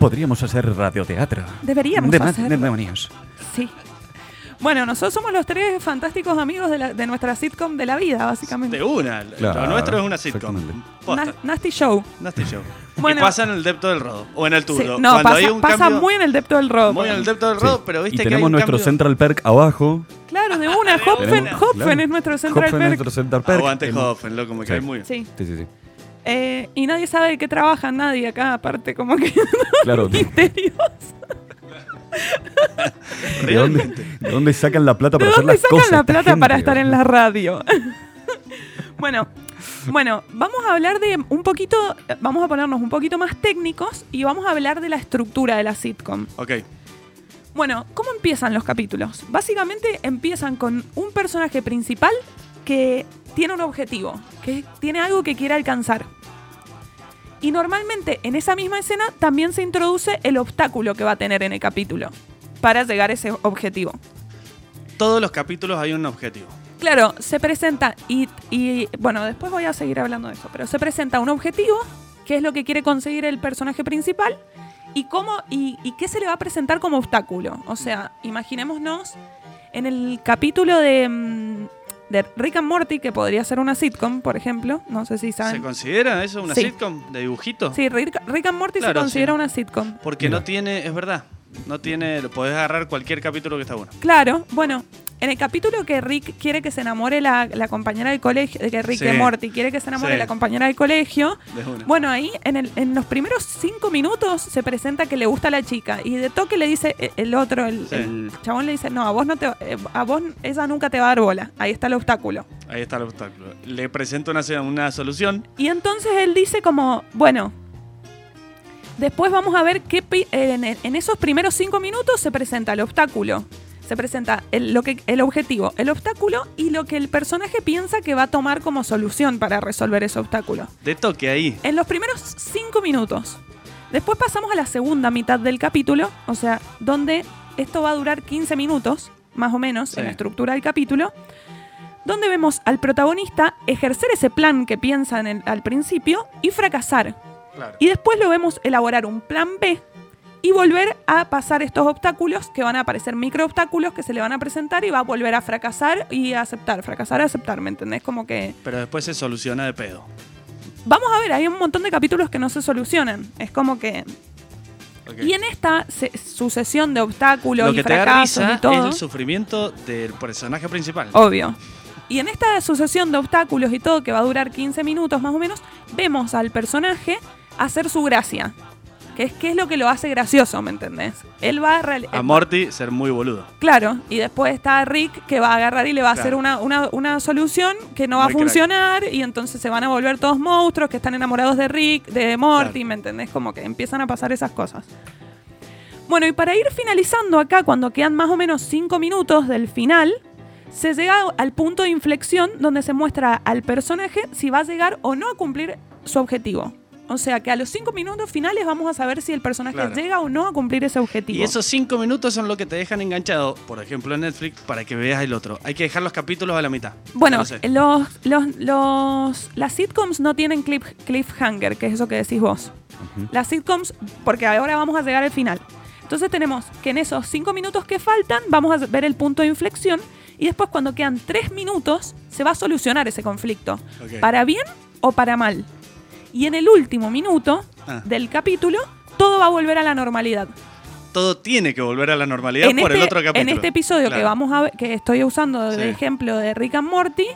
Podríamos hacer radioteatro.
deberíamos
De-
hacer.
de- demonios.
Sí. Bueno, nosotros somos los tres fantásticos amigos de, la- de nuestra sitcom de la vida, básicamente.
De una.
Claro,
Lo nuestro es una sitcom.
exactamente.
Posta.
Na- Nasty Show.
Nasty Show.
Bueno.
y pasa en el depto del rodo. O en el
Sí,
turno.
no,
Cuando
pasa,
hay un
pasa
cambio,
muy en el depto del rock.
muy en el depto del
Sí.
rodo, pero viste
y
que
tenemos
hay un
nuestro
cambio-
Central Perk abajo.
Claro, de
Ah,
una. Hopfen,
Tenemos-
Hopfen
claro.
es nuestro central
Hopfen es
perk.
nuestro Central Perk.
Aguante
El-
Hoffen, loco, me
Sí.
cae muy bien.
Sí.
Sí, sí, sí.
Eh, y nadie sabe de qué trabaja nadie acá, aparte, como que
Claro.
misterio.
¿De dónde, de dónde sacan la plata
¿De
para hacer
dónde
las
sacan
cosas?
la
esta
plata
gente?
para estar en la radio? bueno, bueno, vamos a hablar de un poquito, vamos a ponernos un poquito más técnicos y vamos a hablar de la estructura de la sitcom.
Ok,
Bueno, ¿cómo empiezan los capítulos? Básicamente empiezan con un personaje principal que tiene un objetivo, que tiene algo que quiere alcanzar. Y normalmente en esa misma escena también se introduce el obstáculo que va a tener en el capítulo para llegar a ese objetivo.
todos los capítulos hay un objetivo.
Claro, se presenta y, y, bueno, después voy a seguir hablando de eso, pero se presenta un objetivo, que es lo que quiere conseguir el personaje principal, y cómo y, y qué se le va a presentar como obstáculo. O sea, imaginémonos en el capítulo de, mm, de Rick and Morty, que podría ser una sitcom, por ejemplo, no sé si
¿Se
saben.
considera eso una
Sí.
sitcom de dibujito?
Sí, Rick, Rick and Morty
Claro,
se considera
sí.
una sitcom.
Porque
Mira.
no tiene, es verdad, no tiene, lo podés agarrar cualquier capítulo que está bueno.
Claro, bueno, en el capítulo que Rick quiere que se enamore la, la compañera del colegio, de que Rick
Sí.
que Morty quiere que se enamore
Sí.
la compañera del colegio,
De una.
Bueno, ahí en, el- en los primeros cinco minutos se presenta que le gusta la chica y de toque le dice eh, el otro, el,
Sí.
el chabón le dice, no, a vos no te, eh, a vos ella nunca te va a dar bola, ahí está el obstáculo.
Ahí está el obstáculo. Le presento una, una solución.
Y entonces él dice como, bueno, después vamos a ver qué pi- en, en esos primeros cinco minutos se presenta el obstáculo, se presenta el, lo que, el objetivo, el obstáculo y lo que el personaje piensa que va a tomar como solución para resolver ese obstáculo.
De toque ahí.
en los primeros cinco minutos. Después pasamos a la segunda mitad del capítulo, o sea, donde esto va a durar 15 minutos, más o menos,
Sí.
en la estructura del capítulo, donde vemos al protagonista ejercer ese plan que piensa en el- al principio y fracasar.
Claro.
Y después lo vemos elaborar un plan B y volver a pasar estos obstáculos que van a aparecer micro obstáculos que se le van a presentar y va a volver a fracasar y a aceptar, fracasar, aceptar, ¿me entendés? Como que...
Pero después se soluciona de pedo.
Vamos a ver, hay un montón de capítulos que no se solucionan. Es como que.
Ok.
Y en esta se- sucesión de obstáculos
Lo
y
que te da
fracasos
risa
y todo.
es el sufrimiento del personaje principal.
Obvio. Y en esta sucesión de obstáculos y todo, que va a durar 15 minutos más o menos, vemos al personaje hacer su gracia. Que es, que es lo que lo hace gracioso, ¿me entendés? Él va a reali-
A Morty ser muy boludo.
Claro, y después está Rick que va a agarrar y le va a hacer
Claro.
una, una- una solución que no va
Muy
a
crack.
funcionar y entonces se van a volver todos monstruos que están enamorados de Rick, de Morty,
Claro.
¿me entendés? Como que empiezan a pasar esas cosas. Bueno, y para ir finalizando acá, cuando quedan más o menos cinco minutos del final, se llega al punto de inflexión donde se muestra al personaje si va a llegar o no a cumplir su objetivo. O sea que a los cinco minutos finales vamos a saber si el personaje
Claro.
llega o no a cumplir ese objetivo.
Y esos cinco minutos son lo que te dejan enganchado, por ejemplo, en Netflix, para que veas el otro. Hay que dejar los capítulos a la mitad.
Bueno,
No sé.
los, los, los, las sitcoms no tienen clip, cliffhanger, que es eso que decís vos. Las sitcoms, porque ahora vamos a llegar al final. Entonces tenemos que en esos cinco minutos que faltan vamos a ver el punto de inflexión y después cuando quedan tres minutos se va a solucionar ese conflicto,
Ok.
para bien o para mal. Y en el último minuto
Ah.
del capítulo todo va a volver a la normalidad
Todo tiene que volver a la normalidad
en
por
este,
el otro capítulo.
en este episodio que
Claro.
vamos a ver- que estoy usando de
Sí.
ejemplo de Rick and Morty,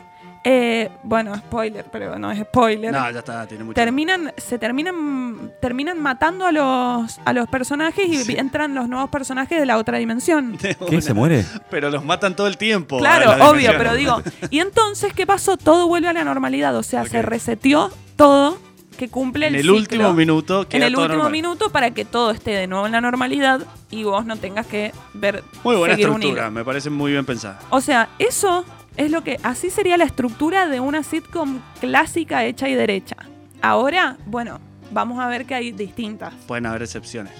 eh, bueno, spoiler, pero no es spoiler.
No, ya está, tiene mucho.
Terminan, se terminan, terminan matando a los, a los personajes y
Sí.
entran los nuevos personajes de la otra dimensión.
De una.
¿Quién se muere?
Pero los matan todo el tiempo. a
Claro,
la
obvio,
dimensión.
pero digo. Y entonces, ¿qué pasó? Todo vuelve a la normalidad. O sea, se
Ok.
reseteó todo que cumple el
En el
ciclo.
último minuto
En
queda
el
todo
último
normal.
minuto para que todo esté de nuevo en la normalidad y vos no tengas que ver
Muy buena
seguir un
estructura,
hilo.
me parece muy bien pensada.
O sea, eso es lo que. Así sería la estructura de una sitcom clásica hecha y derecha. Ahora, bueno, vamos a ver que hay distintas.
Pueden haber excepciones.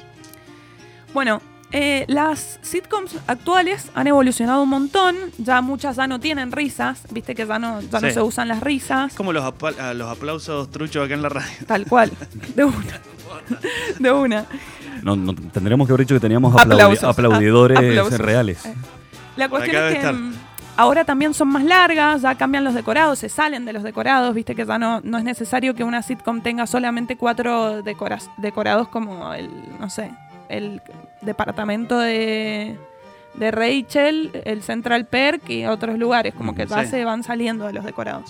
Bueno, eh, las sitcoms actuales han evolucionado un montón. Ya muchas ya no tienen risas. Viste que ya no, ya no
Sí.
se usan las risas.
Es como los, apa- a los aplausos truchos acá en la radio.
Tal cual. De una. De una.
No, no, tendríamos que haber dicho que teníamos aplaudi-
Aplausos.
aplaudidores
Ah, aplausos.
reales.
Eh. La
Por
cuestión
acá
es
debe
que
estar.
mm, ahora también son más largas, ya cambian los decorados, se salen de los decorados, viste que ya no, no es necesario que una sitcom tenga solamente cuatro decoras- decorados como el, no sé, el departamento de, de Rachel, el Central Perk y otros lugares, como que
Mm,
ya
sí.
se van saliendo de los decorados.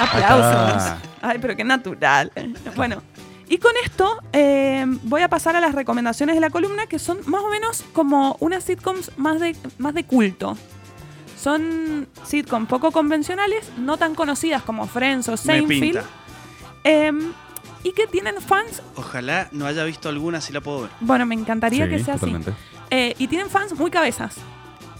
está.
Aplausos. Ay, pero qué natural. Bueno, y con esto eh, voy a pasar a las recomendaciones de la columna, que son más o menos como unas sitcoms más de, más de culto. Son sitcoms poco convencionales, no tan conocidas como Friends o
Me
Seinfeld,
pinta.
eh, y que tienen fans,
Ojalá no haya visto alguna si la puedo ver.
bueno, me encantaría
Sí,
que sea
totalmente.
así, Eh, y tienen fans muy cabezas.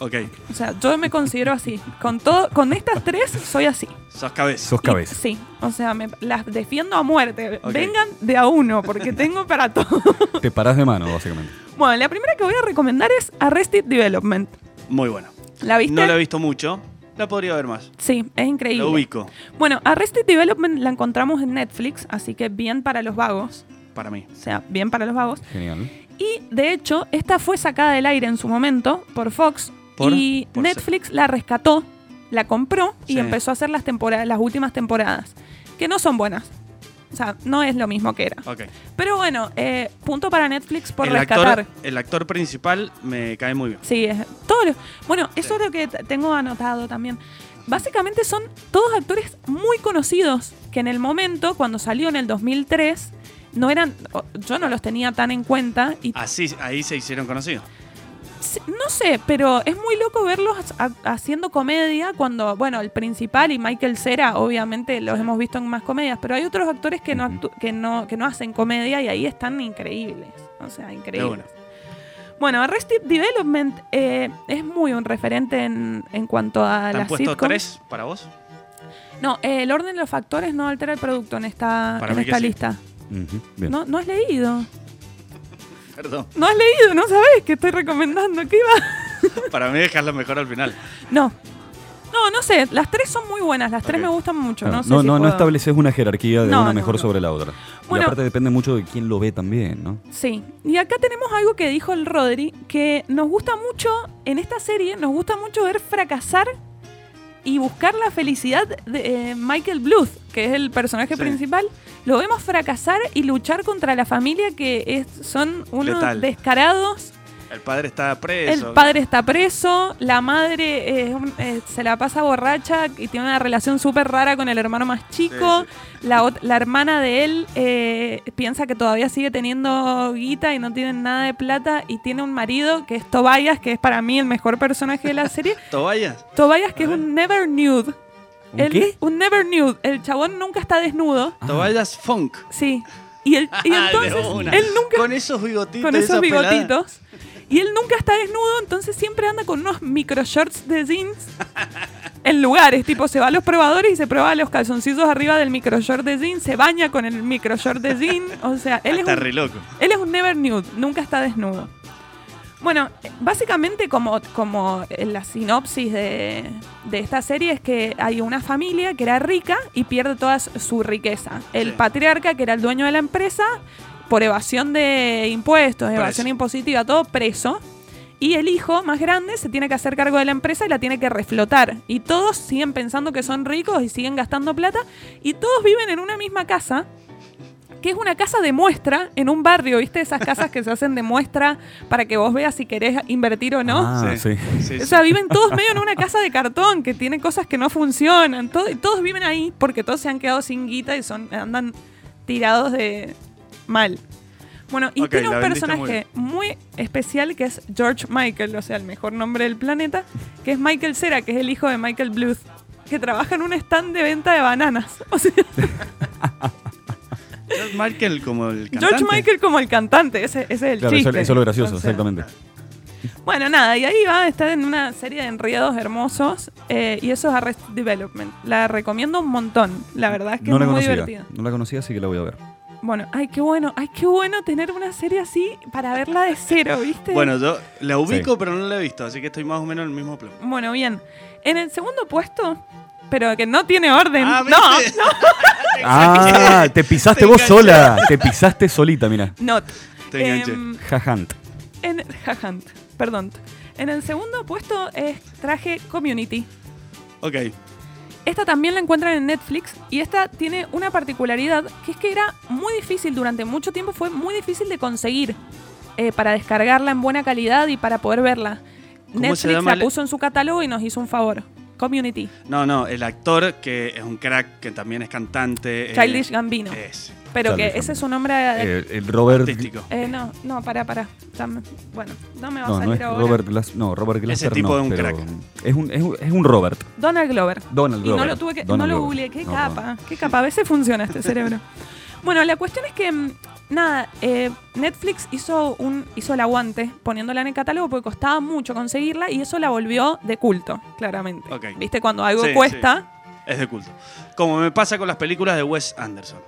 Ok,
O sea, yo me considero así. Con, todo, con estas tres soy así.
sos cabeza.
Sos
Y-
cabeza.
sí, o sea, me, las defiendo a muerte.
Ok.
Vengan de a uno, porque tengo para todo.
Te parás de mano, básicamente.
Bueno, la primera que voy a recomendar es Arrested Development.
Muy bueno.
¿La viste?
No la he visto mucho. La podría ver más.
Sí, es increíble.
La ubico,
Bueno, Arrested Development la encontramos en Netflix, así que bien para los vagos.
para mí.
O sea, bien para los vagos.
Genial.
Y de hecho, esta fue sacada del aire en su momento por Fox
Por-
y
por
Netflix la rescató, la compró y
Sí.
empezó a hacer las, temporadas, las últimas temporadas, que no son buenas. O sea, no es lo mismo que era.
Ok.
Pero bueno, eh, punto para Netflix por
el,
rescatar.
actor, el actor principal me cae muy bien.
Sí, es, todos los- bueno, eso es lo que t- tengo anotado también. Básicamente son todos actores muy conocidos que en el momento, cuando salió en el 2003, no eran, o- yo no los tenía tan en cuenta y
Así, ahí se hicieron conocidos.
Sí, No sé, pero es muy loco verlos ha- haciendo comedia cuando, bueno, el principal y Michael Cera, obviamente los hemos visto en más comedias, pero hay otros actores que no, actu- que no, que no hacen comedia y ahí están increíbles. O sea, increíbles.
una.
Bueno, Arrested Development eh, es muy un referente en, en cuanto a
¿Te han
las
puesto
sitcoms.
tres para vos?
No, eh, el orden de los factores no altera el producto en esta,
Para
en
mí que
esta
sí.
lista.
Ujú, bien.
No, no has leído.
Perdón.
No has leído, no sabes que estoy recomendando. ¿Qué iba?
Para mí dejarlo mejor al final.
No. No, no sé. Las tres son muy buenas. Las tres
Ok.
me gustan mucho.
Claro, No,
No,
Ah,
sé
no,
si
no
puedo-
estableces una jerarquía de
No,
una
no,
mejor
no.
sobre la otra.
Bueno.
y aparte depende mucho de quién lo ve también, ¿no?
Sí. Y acá tenemos algo que dijo el Rodri, que nos gusta mucho, en esta serie, nos gusta mucho ver fracasar y buscar la felicidad de eh, Michael Bluth, que es el personaje
Sí.
principal, lo vemos fracasar y luchar contra la familia que es- son unos
Letal.
descarados.
El padre está preso.
El padre está preso, la madre eh, es un- eh, se la pasa borracha y tiene una relación súper rara con el hermano más chico. La, ot- la hermana de él eh, piensa que todavía sigue teniendo guita y no tienen nada de plata y tiene un marido que es Tobias, que es para mí el mejor personaje de la serie.
¿Tobayas?
Tobias, que
A
es
ver.
un never nude.
¿Un
Él-
qué?
Un never nude. El chabón nunca está desnudo.
Ah.
Tobayas Funk.
Sí. Y, el, y
Ah, de
entonces
una.
él nunca
Con esos bigotitos.
con esos
esa pelada.
bigotitos. Y él nunca está desnudo, entonces siempre anda con unos micro shorts de jeans en lugares. Tipo, se va a los probadores y se prueba los calzoncillos arriba del micro short de jeans, se baña con el micro short de jeans. O sea, él es,
Está
un,
re loco.
él es un never nude, nunca está desnudo. Bueno, básicamente como, como en la sinopsis de, de esta serie es que hay una familia que era rica y pierde toda su riqueza. El
Sí.
patriarca, que era el dueño de la empresa, por evasión de impuestos, evasión impositiva, todo preso. Y el hijo más grande se tiene que hacer cargo de la empresa y la tiene que reflotar. Y todos siguen pensando que son ricos y siguen gastando plata. Y todos viven en una misma casa, que es una casa de muestra en un barrio, ¿viste? Esas casas que se hacen de muestra para que vos veas si querés invertir o no.
Ah, sí.
sí,
O
sí.
sea, viven todos medio en una casa de cartón que tiene cosas que no funcionan. Todo, y todos viven ahí porque todos se han quedado sin guita y son, andan tirados de mal. Bueno, y
Ok,
tiene un
la vendiste muy
personaje muy, especial que es George Michael, o sea, el mejor nombre del planeta, que es Michael Cera, que es el hijo de Michael Bluth, que trabaja en un stand de venta de bananas. O sea,
George Michael como el cantante.
George Michael como el cantante, ese, ese es el
Claro, eso,
chiste.
eso es lo gracioso,
O sea,
exactamente.
Bueno, nada, y ahí va, está en una serie de enredados hermosos eh, y eso es Arrest Development. La recomiendo un montón, la verdad es que
No
es
la
muy
conocía.
divertida.
No la conocía, así que la voy a ver.
Bueno, ay, qué bueno, ay, qué bueno tener una serie así para verla de cero, ¿viste?
Bueno, yo la ubico,
Sí.
pero no la he visto, así que estoy más o menos en el mismo plan.
Bueno, bien. En el segundo puesto, pero que no tiene orden.
Ah,
no,
¿viste?
Ah, te pisaste vos
enganchó.
sola. Te pisaste solita, mira.
no.
Te enganché.
Em,
Jajant.
en, jajan, perdón. En el segundo puesto es traje Community.
Ok.
Esta también la encuentran en Netflix y esta tiene una particularidad que es que era muy difícil durante mucho tiempo, fue muy difícil de conseguir eh, para descargarla en buena calidad y para poder verla.
¿Cómo se
Netflix
llama
la
el-
puso en su catálogo y nos hizo un favor. Community,
No, no, el actor que es un crack, que también es cantante. eh,
Childish Gambino.
es.
Pero
Childish
que ese es su nombre. eh,
Eh, el Robert.
artístico.
eh, no, no, para, para. Bueno, no me va a
No, no
salir
es
ahora.
Robert Glass. No, Robert Glass.
tipo
no,
es un
pero
crack.
Es un, es, un, es un Robert.
Donald Glover.
Donald
Y no
Glover.
lo tuve que.
Donald
no lo
Glover.
googleé. Qué
No,
capa,
no.
qué capa. A veces funciona este cerebro. Bueno, la cuestión es que. mm, Nada, eh, Netflix hizo, un, hizo el aguante poniéndola en el catálogo porque costaba mucho conseguirla y eso la volvió de culto, claramente.
Ok.
¿Viste? Cuando algo
Sí,
cuesta,
Es de culto. Como me pasa con las películas de Wes Anderson.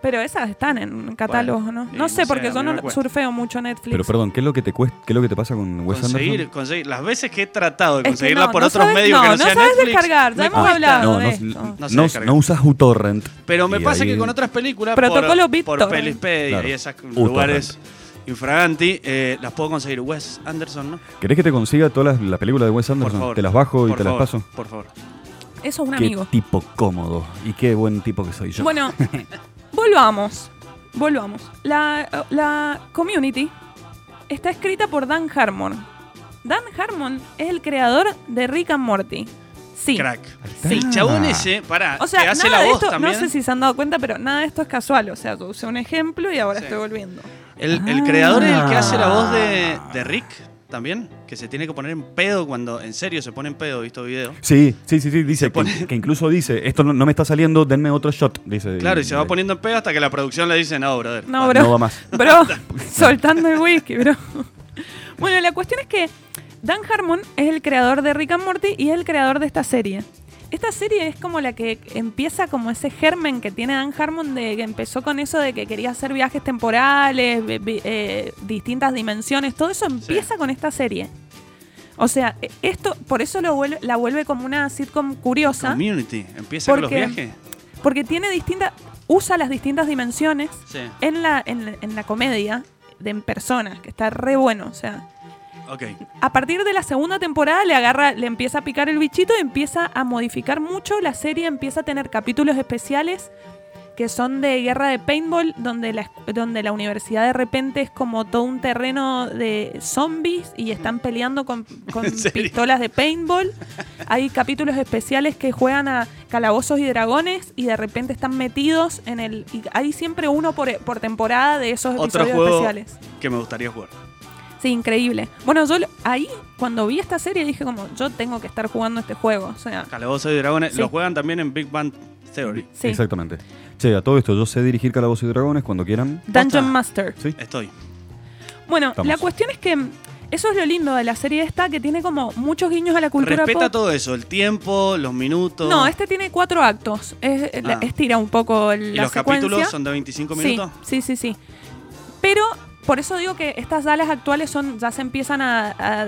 pero esas están en catálogos,
y
¿no? No
no
sé,
sé,
porque
a
yo
mí me
no
cuesta.
surfeo mucho Netflix.
Pero perdón, ¿qué es lo que te cuesta, qué es lo que te pasa con Wes
Conseguir,
Anderson?
conseguir. Las veces que he tratado de
Es que
conseguirla
no,
por
no
otros
sabes-
medios que
no,
no,
no
sea
sabes
Netflix,
descargar, ya
me
hemos
cuesta.
hablado.
Ah, No,
de
no,
esto.
no,
No sé
no
descargar.
usas uTorrent.
Pero me
Y
pasa
ahí-
que con otras películas,
Protocolo ¿eh?
por, por
BitTorrent.
Pelispedia
Claro.
y esos
U
lugares infraganti, eh, las puedo conseguir. Wes Anderson, ¿no?
¿Querés que te consiga todas las la películas de Wes
Por
Anderson?
favor.
Te las bajo y
Por
te
favor,
las paso.
Por favor.
Eso es un
qué
amigo.
tipo cómodo y qué buen tipo que soy yo.
Bueno, volvamos. Volvamos. La, la community está escrita por Dan Harmon. Dan Harmon es el creador de Rick and Morty. Sí.
Crack.
está.
El chabón ese, pará,
O sea,
te hace
nada
la
de
voz
esto,
también.
no sé si se han dado cuenta, pero nada de esto es casual. O sea, yo usé un ejemplo y ahora
Sí.
estoy volviendo.
El, el creador es el que hace la voz de,
Ah.
de Rick también, que se tiene que poner en pedo cuando en serio se pone en pedo, visto video.
Sí, sí, sí, sí, dice
pone-
que, que incluso dice, esto no, no me está saliendo, denme otro shot, dice.
Claro, y se va
eh,
poniendo en pedo hasta que la producción le dice, no, brother.
No,
vale".
bro.
No va más.
Bro, soltando el whisky, bro. Bueno, la cuestión es que Dan Harmon es el creador de Rick and Morty y es el creador de esta serie. Esta serie es como la que empieza como ese germen que tiene Dan Harmon de que empezó con eso de que quería hacer viajes temporales, vi- vi- eh, distintas dimensiones, todo eso empieza con esta serie. O sea, e- esto por eso lo vuelve, la vuelve como una sitcom curiosa,
Community, empieza con los
Porque-
viajes.
porque tiene distintas usa las distintas dimensiones
Sí.
en la, en, la- en la comedia de en personas, que está re bueno. O sea,
Ok.
A partir de la segunda temporada le agarra, le empieza a picar el bichito y empieza a modificar mucho la serie, empieza a tener capítulos especiales que son de guerra de paintball, donde la, escu- donde la universidad de repente es como todo un terreno de zombies y están peleando con, con
Mm. ¿En serio?
pistolas de paintball. Hay capítulos especiales que juegan a calabozos y dragones y de repente están metidos en el... y hay siempre uno por, por temporada de esos
Otro
episodios
juego
especiales.
que me gustaría jugar.
Sí, increíble. Bueno, yo lo- ahí, cuando vi esta serie, dije como, yo tengo que estar jugando este juego. O sea,
Calabozos y dragones.
Sí.
Lo juegan también en Big Bang Theory.
sí.
Exactamente. Che, a todo esto, yo sé dirigir Calabozos y Dragones cuando quieran.
Posta.
Dungeon Master.
Sí.
Estoy.
Bueno,
Estamos.
la cuestión es que mm, eso es lo lindo de la serie esta, que tiene como muchos guiños a la cultura
Respeta
pop.
todo eso, el tiempo, los minutos.
No, este tiene cuatro actos. Es- eh, la-
Ah.
Estira un poco el-
y
la
los
secuencia.
capítulos son de 25 minutos.
Sí, sí, sí, sí. Pero por eso digo que estas salas actuales son ya se empiezan a, a,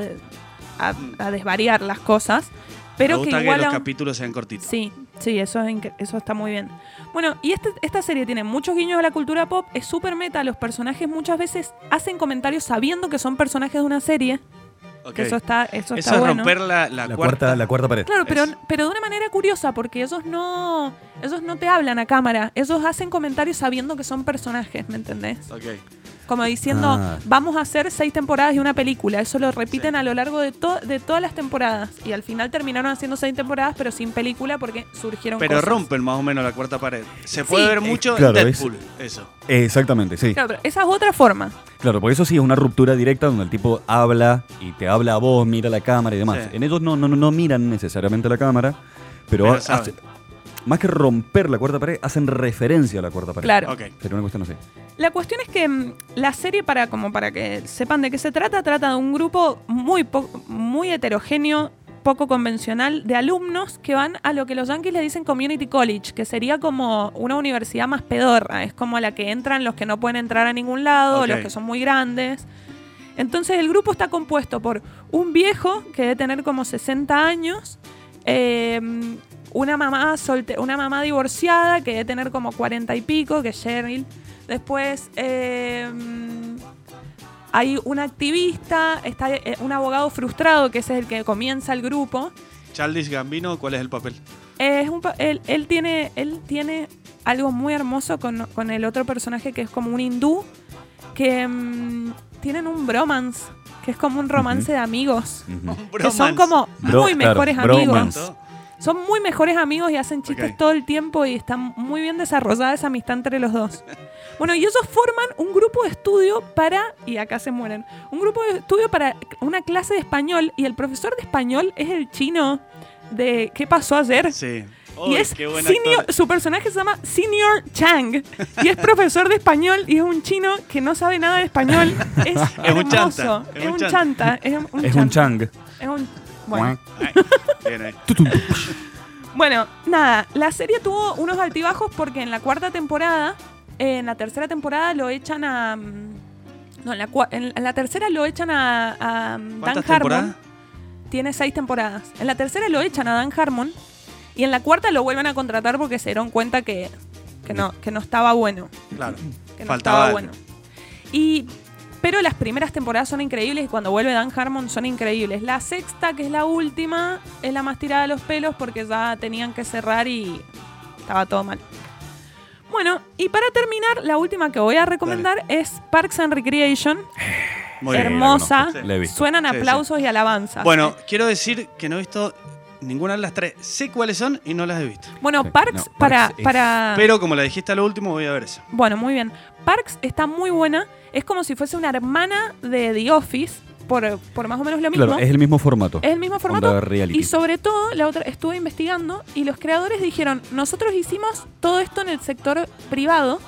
a- a desvariar las cosas. Pero
me gusta
que
que,
igual
los
aún-
capítulos sean cortitos.
Sí, sí, eso, es incre- eso está muy bien. Bueno, y este- esta serie tiene muchos guiños a la cultura pop, es súper meta, los personajes muchas veces hacen comentarios sabiendo que son personajes de una serie,
Ok.
que eso está,
Eso
eso está
es
bueno.
romper la, la
La
cuarta.
cuarta, la cuarta pared.
Claro, pero,
es-
pero de una manera curiosa, porque ellos no, ellos no te hablan a cámara, ellos hacen comentarios sabiendo que son personajes, ¿me entendés?
Ok.
Como diciendo,
Ah.
vamos a hacer seis temporadas de una película, eso lo repiten
Sí.
a lo largo de, to- de todas las temporadas, y al final terminaron haciendo seis temporadas, pero sin película porque surgieron
Pero
cosas.
rompen más o menos la cuarta pared. Se puede
Sí.
ver
Eh,
mucho
claro,
en
es-
Deadpool. Eso.
Exactamente, sí.
Claro, pero esa es otra forma.
Claro, porque eso sí es una ruptura directa donde el tipo habla y te habla a vos, mira la cámara y demás.
Sí.
En ellos no, no, no- no miran necesariamente la cámara, pero,
Pero
ha-
saben.
hace- más que romper la cuarta pared, hacen referencia a la cuarta pared.
Claro.
Ok.
Sería una cuestión así.
La cuestión es que mm, la serie, para, como para que sepan de qué se trata, trata de un grupo muy, po- muy heterogéneo, poco convencional, de alumnos que van a lo que los yankees le dicen community college, que sería como una universidad más pedorra. Es como a la que entran los que no pueden entrar a ningún lado,
Ok.
los que son muy grandes. Entonces el grupo está compuesto por un viejo que debe tener como 60 años, eh, una, mamá solte- una mamá divorciada que debe tener como 40 y pico, que es Cheryl. Después eh, hay un activista, está eh, un abogado frustrado que ese es el que comienza el grupo.
Childish Gambino, ¿cuál es el papel?
Es un pa- él, él tiene, él tiene algo muy hermoso con, con el otro personaje que es como un hindú, que mm, tienen un bromance, que es como un romance de amigos.
Ujú.
Que son como
Bro-
muy
claro,
mejores amigos.
bromance.
Son muy mejores amigos y hacen chistes
Ok.
todo el tiempo y está muy bien desarrollada esa amistad entre los dos. Bueno, y ellos forman un grupo de estudio para, y acá se mueren, un grupo de estudio para una clase de español y el profesor de español es el chino de ¿Qué pasó ayer?
Sí.
y
Uy,
es
qué buen
senior-
actor.
su personaje se llama Senior Chang y es profesor de español y es un chino que no sabe nada de español. Es,
Es un chanta,
hermoso,
es
es
un
un
chanta.
chanta, es un,
Es
chanta,
un chang.
es un- bueno.
Ay, bien ahí.
Tutum.
Bueno, nada, la serie tuvo unos altibajos porque en la cuarta temporada, eh, en la tercera temporada lo echan a... mm, No, en la, cua- en en la tercera lo echan a, a, mm, Dan
¿Cuántas temporadas?
Harmon. Tiene seis temporadas. En la tercera lo echan a Dan Harmon y en la cuarta lo vuelven a contratar porque se dieron cuenta que, que, no, que no estaba bueno.
Claro.
Que no
Faltaba
estaba
algo.
bueno. Y, pero las primeras temporadas son increíbles y cuando vuelve Dan Harmon son increíbles. La sexta, que es la última, es la más tirada de los pelos porque ya tenían que cerrar y estaba todo mal. Bueno, y para terminar, la última que voy a recomendar es Parks and Recreation.
Muy bien.
Hermosa.
Sí.
La he visto.
Suenan
Sí, sí.
aplausos y alabanzas.
Bueno, quiero decir que no he visto ninguna de las tres. Sé cuáles son y no las he visto.
Bueno,
Sí,
Parks,
no,
para,
Parks es-
para...
Pero como la dijiste a lo último, voy a ver eso.
Bueno, muy bien. Parks está muy buena. Es como si fuese una hermana de The Office, por, por más o menos lo mismo.
Claro, es el mismo formato.
Es el mismo
Onda
formato.
reality.
Y sobre todo, la otra estuve investigando y los creadores dijeron, nosotros hicimos todo esto en el sector privado,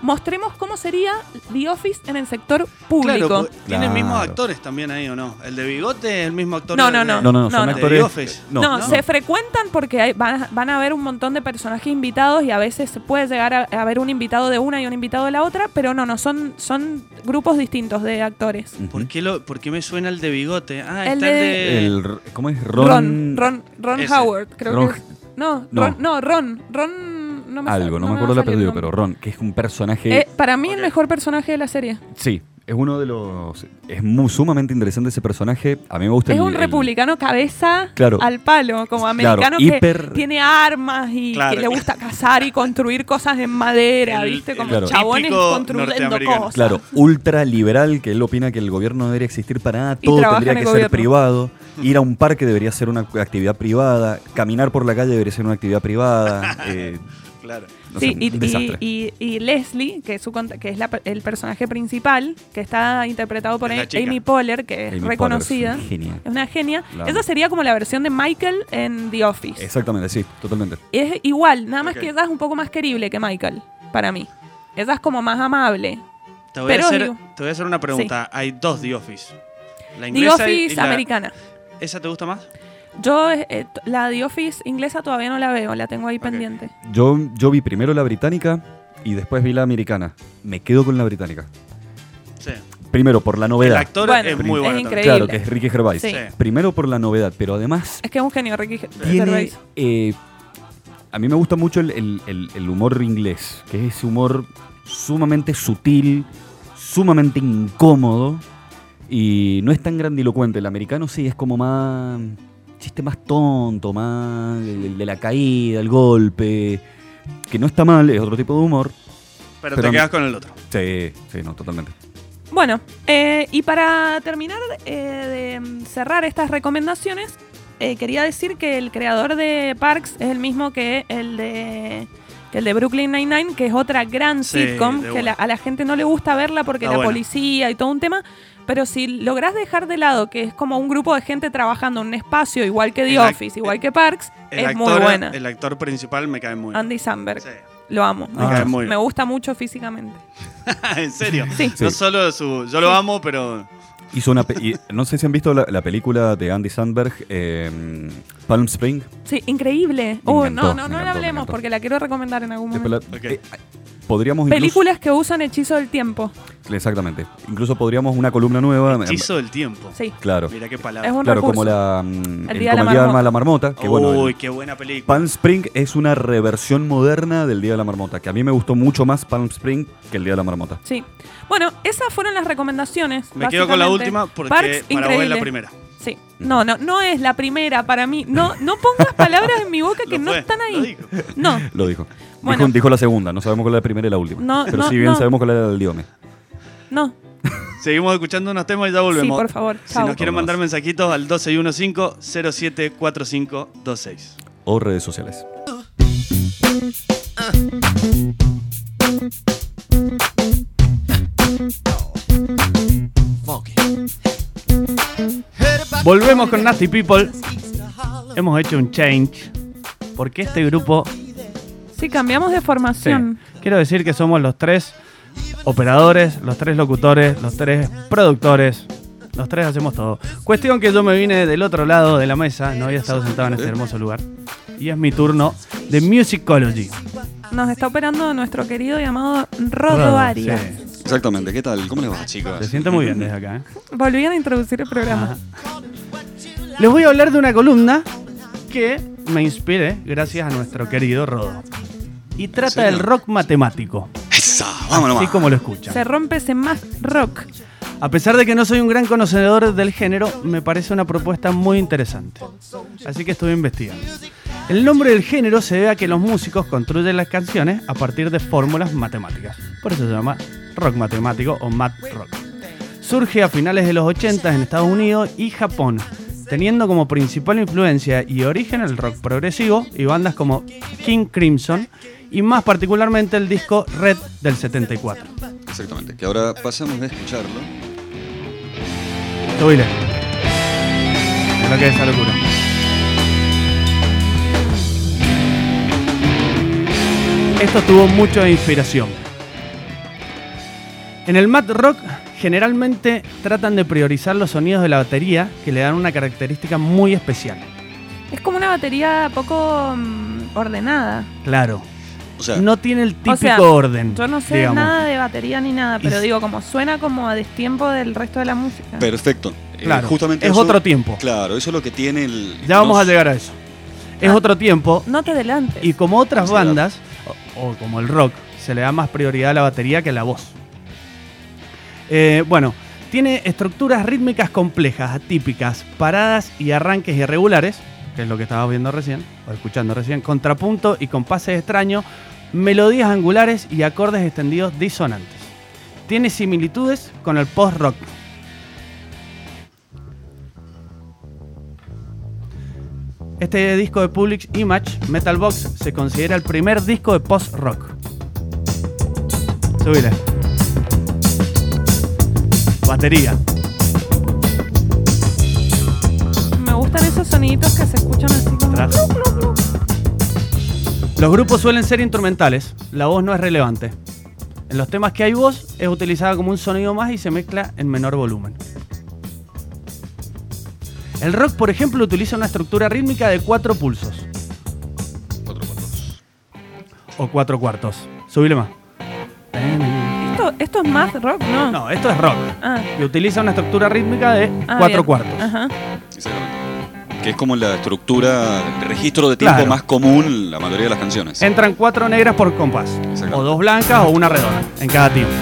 mostremos cómo sería The Office en el sector público.
Claro, pues, porque tienen
Claro.
mismos actores también ahí, ¿o no? El de bigote es el mismo actor.
No,
del-
no, no.
no, no, no, son
no, no.
actores.
The Office.
No,
no,
no.
se frecuentan porque hay- van, a- van a haber un montón de personajes invitados y a veces se puede llegar a, a haber un invitado de una y un invitado de la otra, pero no, no, son, son grupos distintos de actores.
Ujú.
¿Por qué, lo, ¿Por qué me suena el de bigote? Ah,
El
está
de-
el de.
¿Mm? El r- ¿Cómo es? Ron.
Ron, Ron, Ron
Ese.
Howard, creo
Ron-
que es. No,
no.
Ron, no, Ron, Ron, no me sa-
Algo, no, me
va
acuerdo el
a salir
apellido,
nombre.
pero Ron, que es un personaje.
Eh, para mí
Ok.
el mejor personaje de la serie.
sí, Es uno de los. Es muy, sumamente interesante ese personaje. A mí me gusta
Es
el-
un
el-
republicano cabeza
Claro.
al palo, como
Claro,
americano
hiper-
que tiene armas y
Claro.
que le gusta cazar y construir cosas en madera,
El-
¿viste? Como
el
chabones
típico
construyendo
norteamericano.
cosas.
Claro, ultraliberal, que él opina que el gobierno no debería existir para nada,
Y
todo
trabaja
tendría
en
que
el
ser
gobierno.
privado, ir a un parque debería ser una actividad privada, caminar por la calle debería ser una actividad privada. eh,
Claro.
no
Sí,
sé,
y,
un desastre.
y- y- y Leslie, que es, su, cont- que es la per- el personaje principal, que está interpretado por
Es la
Amy-
chica.
Amy Poehler, que es
Amy Poehler
reconocida.
es una genia.
Es una genia.
La amo.
Esa sería como la versión de Michael en The Office.
Exactamente, sí, totalmente.
Es igual, nada más
Ok.
que ella es un poco más querible que Michael, para mí. Ella es como más amable.
Te voy, a
Pero
hacer,
digo-
te voy a hacer una pregunta. Hay dos The Office. La
The
inglesa y- y
Office
la-
americana.
¿Esa te gusta más?
Yo eh, eh, t- la The Office inglesa todavía no la veo, la tengo ahí
Ok.
pendiente.
Yo, yo vi primero la británica y después vi la americana. Me quedo con la británica.
Sí.
Primero por la
El
novedad.
actor
Bueno,
es muy
es
bueno. también.
increíble.
Claro, que es Ricky Gervais.
Sí.
Sí.
Primero por la novedad, pero además
Es que es un genio, Ricky
Este
tiene...
Gervais.
eh, a mí me gusta mucho el, el- el- el humor inglés, que es ese humor sumamente sutil, sumamente incómodo y no es tan grandilocuente. El americano sí es como más... Chiste más tonto, más el, el de la caída, el golpe, que no está mal, es otro tipo de humor.
Pero,
Pero-
te quedas con el otro.
Sí, sí, no, totalmente.
Bueno, eh, y para terminar eh, de mm, cerrar estas recomendaciones, eh, quería decir que el creador de Parks es el mismo que el de que el de Brooklyn Nine-Nine, que es otra gran
Sí,
sitcom
de
que la-
una. Ah,
a la gente no le gusta verla porque
Está
la
buena.
policía y todo un tema. Pero si lográs dejar de lado que es como un grupo de gente trabajando en un espacio, igual que The
El ac-
Office, igual que Parks,
El
es
actor,
muy buena.
El actor principal me cae muy bien.
Andy Samberg,
Sí.
lo amo.
Me cae muy
Me
bien.
gusta mucho físicamente.
en serio.
Sí.
No
Sí.
solo su. Yo lo amo, pero.
Hizo una pe- y no sé si han visto la, la película de Andy Sandberg, eh, Palm Spring.
Mm.
Sí, increíble.
Me
Uh,
encantó, me
no, no, no
encantó,
la
me
hablemos
encantó.
porque la quiero recomendar en algún
Después la-
momento.
Ok.
eh, podríamos incluso-
Películas que usan hechizo del tiempo.
exactamente. Incluso podríamos una columna nueva. em,
Hechizo del tiempo.
Sí.
Claro.
Mira qué palabra.
Es un
Claro,
recurso.
como la mm,
El
el
Día de la
como el Día de
Marmota.
la Marmota, que bueno,
Uy,
el-
qué buena película.
Palm Spring es una reversión moderna del Día de la Marmota, que a mí me gustó mucho más Palm Spring que el Día de la Marmota.
Sí. Bueno, esas fueron las recomendaciones.
Me quedo con la
básicamente.
última porque
Parks,
para vos es la
increíble.
primera.
Sí. No, no, no es la primera para mí. No, no pongas palabras en mi boca que
Lo
no
fue,
están
lo
ahí.
digo.
No.
Lo dijo.
Bueno.
dijo. dijo la segunda, no sabemos cuál es la primera y la última.
No,
pero
no,
si bien
no.
sabemos cuál era el diome.
No.
Seguimos escuchando unos temas y ya volvemos.
Sí, por favor.
Si
Chao.
nos quieren mandar mensajitos al 2615-074526.
O redes sociales.
Volvemos con Nasty People. Hemos hecho un change porque este grupo
Sí, cambiamos de
Sí.
formación.
Quiero decir que somos los tres operadores, los tres locutores, los tres productores. Los tres hacemos todo. Cuestión que yo me vine del otro lado de la mesa, no había estado sentado en este hermoso lugar. Y es mi turno de Musicology.
Nos está operando nuestro querido llamado Rodo
Rodo,
Arias.
sí.
Exactamente, ¿qué tal? ¿Cómo les va,
Se
chicos?
siente muy bien desde acá. ¿eh?
Volvían a introducir el programa.
Les voy a hablar de una columna que me inspiré gracias a nuestro querido Rodo. Y trata del rock matemático, así como lo escuchan.
Se rompe ese más rock.
A pesar de que no soy un gran conocedor del género, me parece una propuesta muy interesante. Así que estuve investigando. El nombre del género se debe a que los músicos construyen las canciones a partir de fórmulas matemáticas. Por eso se llama rock matemático o mat rock. Surge a finales de los 80 en Estados Unidos y Japón, teniendo como principal influencia y origen el rock progresivo y bandas como King Crimson y más particularmente el disco Red del 74.
Exactamente, que ahora pasamos de escucharlo.
Subile. Lo que es esa locura. Esto tuvo mucha inspiración. En el Mad Rock generalmente tratan de priorizar los sonidos de la batería que le dan una característica muy especial.
Es como una batería poco mm, ordenada.
Claro.
O sea,
No tiene el típico
O sea,
orden.
Yo no sé
digamos.
nada de batería ni nada, pero
Y-
digo, como suena como a destiempo del resto de la música.
perfecto. Eh,
Claro.
justamente
es
eso-
otro tiempo.
Claro, eso es lo que tiene el.
Ya vamos
nos-
a llegar a eso. Es
Ah.
otro tiempo
no te adelantes.
Y como otras
Sí, la-
bandas, o, o como el rock, se le da más prioridad a la batería que a la voz. Eh, bueno, tiene estructuras rítmicas complejas, atípicas, paradas y arranques irregulares, que es lo que estabas viendo recién, o escuchando recién, contrapunto y compases extraños, melodías angulares y acordes extendidos disonantes. Tiene similitudes con el post-rock. Este disco de Public Image, Metal Box, se considera el primer disco de post-rock. Subile. Batería.
Me gustan esos soniditos que se escuchan así como.
Tras. Los grupos suelen ser instrumentales, la voz no es relevante. En los temas que hay voz es utilizada como un sonido más y se mezcla en menor volumen. El rock, por ejemplo, utiliza una estructura rítmica de cuatro pulsos
Cuatro cuartos.
o cuatro cuartos. Subile más.
Esto, esto es más rock, ¿no?
No, esto es rock
Ah,
y utiliza una estructura rítmica de
ah,
cuatro
bien.
cuartos.
Ajá.
Exactamente. Que es como la estructura, el registro de tiempo
Claro. Eh.
más común en la mayoría de las canciones.
Entran cuatro negras por compás,
Exacto.
o dos blancas o una redonda en cada tiempo.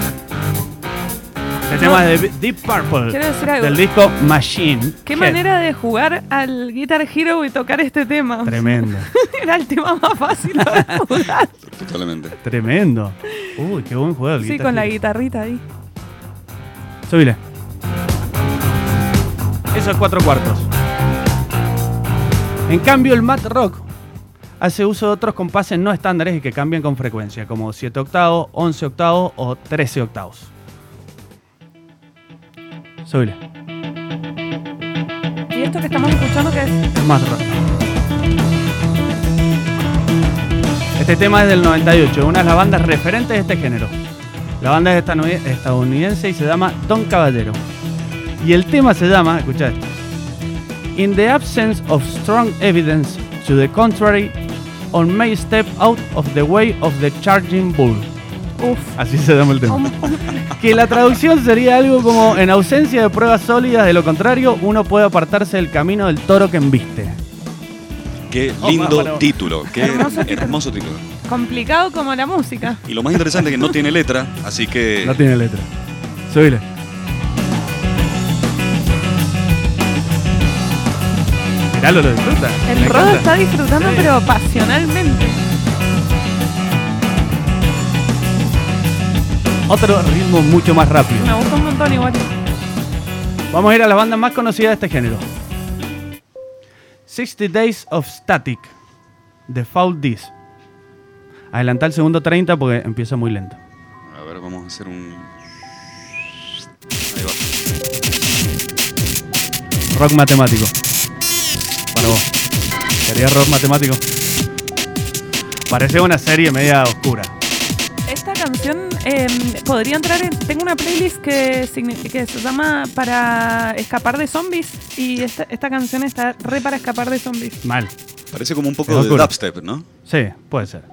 El tema es de Deep Purple,
Quiero decir algo.
del disco Machine.
Qué
Head.
manera de jugar al Guitar Hero y tocar este tema.
Tremendo,
Era el tema más fácil de jugar.
Totalmente.
tremendo. Uy, qué buen juego. el
Sí,
Guitar
con la
Hero.
guitarrita ahí.
Subile. Eso es cuatro cuartos. En cambio, el mat rock hace uso de otros compases no estándares y que cambian con frecuencia, como 7 octavos, 11 octavos o 13 octavos. Subile.
¿Y esto que estamos escuchando qué es?
Es mat rock. Este tema es del 98, una de las bandas referentes de este género. La banda es estanue- estadounidense y se llama Don Caballero. Y el tema se llama, escucha esto, In the absence of strong evidence to the contrary, on may step out of the way of the charging bull.
Uf.
Así se llama el tema. Que la traducción sería algo como, en ausencia de pruebas sólidas, de lo contrario, uno puede apartarse del camino del toro que embiste.
Qué
Oh,
lindo
bueno, bueno.
título. Qué
Hermoso título.
hermoso título.
Complicado como la música.
Y lo más interesante es que no tiene letra, así que
No tiene letra. Subile. Miralo, lo disfruta.
El
Me
Rodo
encanta.
está disfrutando,
Sí.
pero pasionalmente.
Otro ritmo mucho más rápido.
Me gusta un montón igual.
Vamos a ir a las bandas más conocidas de este género. 60 Days of Static. The Foul This. Adelanta el segundo 30 porque empieza muy lento.
A ver, vamos a hacer un. Ahí va.
Rock matemático. Para vos. Sería rock matemático. Parece una serie media oscura.
Esta canción eh, podría entrar en. Tengo una playlist que, signi- que se llama Para escapar de zombies. Y esta, esta canción está re para escapar de zombies.
Mal.
Parece como un
Es
poco de
oscuro.
dubstep, ¿no?
Sí, puede ser.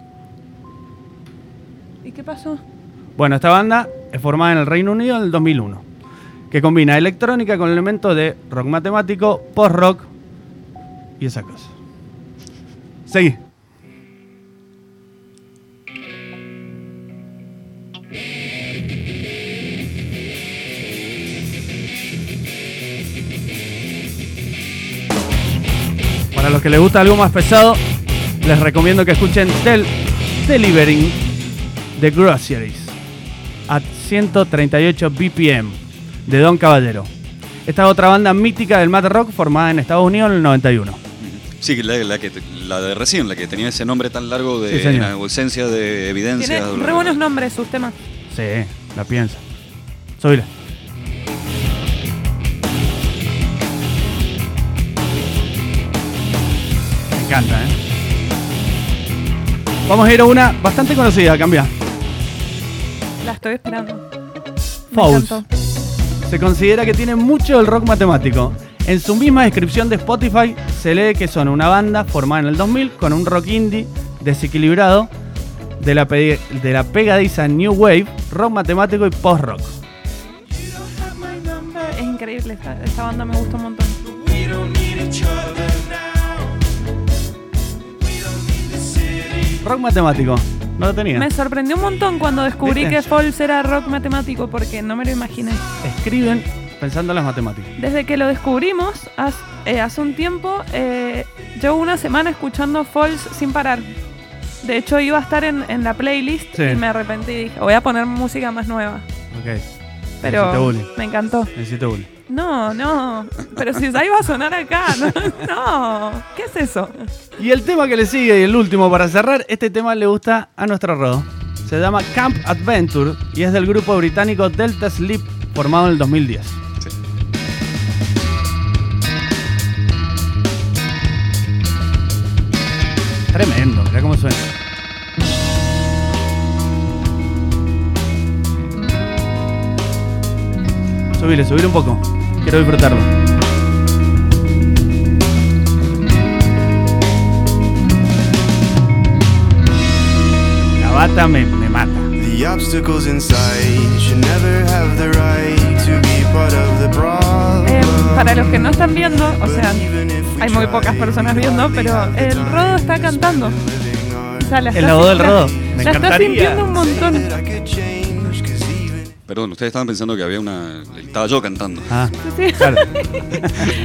¿Y qué pasó?
Bueno, esta banda es formada en el Reino Unido en el 2001, que combina electrónica con elementos de rock matemático, post-rock y esa cosa. Seguí. Para los que les gusta algo más pesado, les recomiendo que escuchen Del Delivering The Groceries a 138 BPM de Don Caballero. Esta es otra banda mítica del Mad Rock formada en Estados Unidos en el 91.
Sí, la, la que, la de recién, la que tenía ese nombre tan largo de
Sí, señor.
en ausencia de evidencias.
Tiene
bla, bla,
re
bla.
buenos nombres sus temas.
Sí, la piensa. Subile. Me encanta, ¿eh? Vamos a ir a una bastante conocida, cambia.
La estoy esperando. Me
Fouls.
encantó.
Se considera que tiene mucho del rock matemático. En su misma descripción de Spotify se lee que son una banda formada en el 2000 con un rock indie desequilibrado de la, pe- de la pegadiza New Wave, rock matemático y post-rock.
Es increíble, esta, esta banda me gusta un montón.
Rock matemático. No lo tenía.
Me sorprendió un montón cuando descubrí
¿Viste?
que Falls era rock matemático porque no me lo imaginé.
Escriben pensando en las matemáticas.
Desde que lo descubrimos haz- eh, hace, un tiempo, eh, llevo una semana escuchando Falls sin parar. De hecho, iba a estar en, en la playlist
Sí.
y me arrepentí y dije, voy a poner música más nueva.
Ok. Necesito
Pero
bullying.
me encantó.
Necesito bullying.
No, no. Pero si Zay va a sonar acá. No, no. ¿Qué es eso?
Y el tema que le sigue y el último para cerrar, este tema le gusta a nuestro rodo. Se llama Camp Adventure y es del grupo británico Delta Sleep formado en el 2010. Tremendo, mirá cómo suena. Subile, subile un poco. Quiero disfrutarlo. La bata me, me mata.
The obstacles inside should never have the right to be part of the problem.
Eh, para los que no están viendo, o sea,
But even if we
hay muy pocas
try,
personas
we
viendo,
hardly
pero
have the
el
time
Rodo
to
está
spend
cantando.
living our
O sea, la
El
está
lado del
sintiendo-
Rodo. Me
La está
encantaría.
sintiendo un montón.
that I could change, 'cause even
Perdón, ustedes estaban pensando que había una. Estaba yo cantando.
Ah,
Sí.
claro.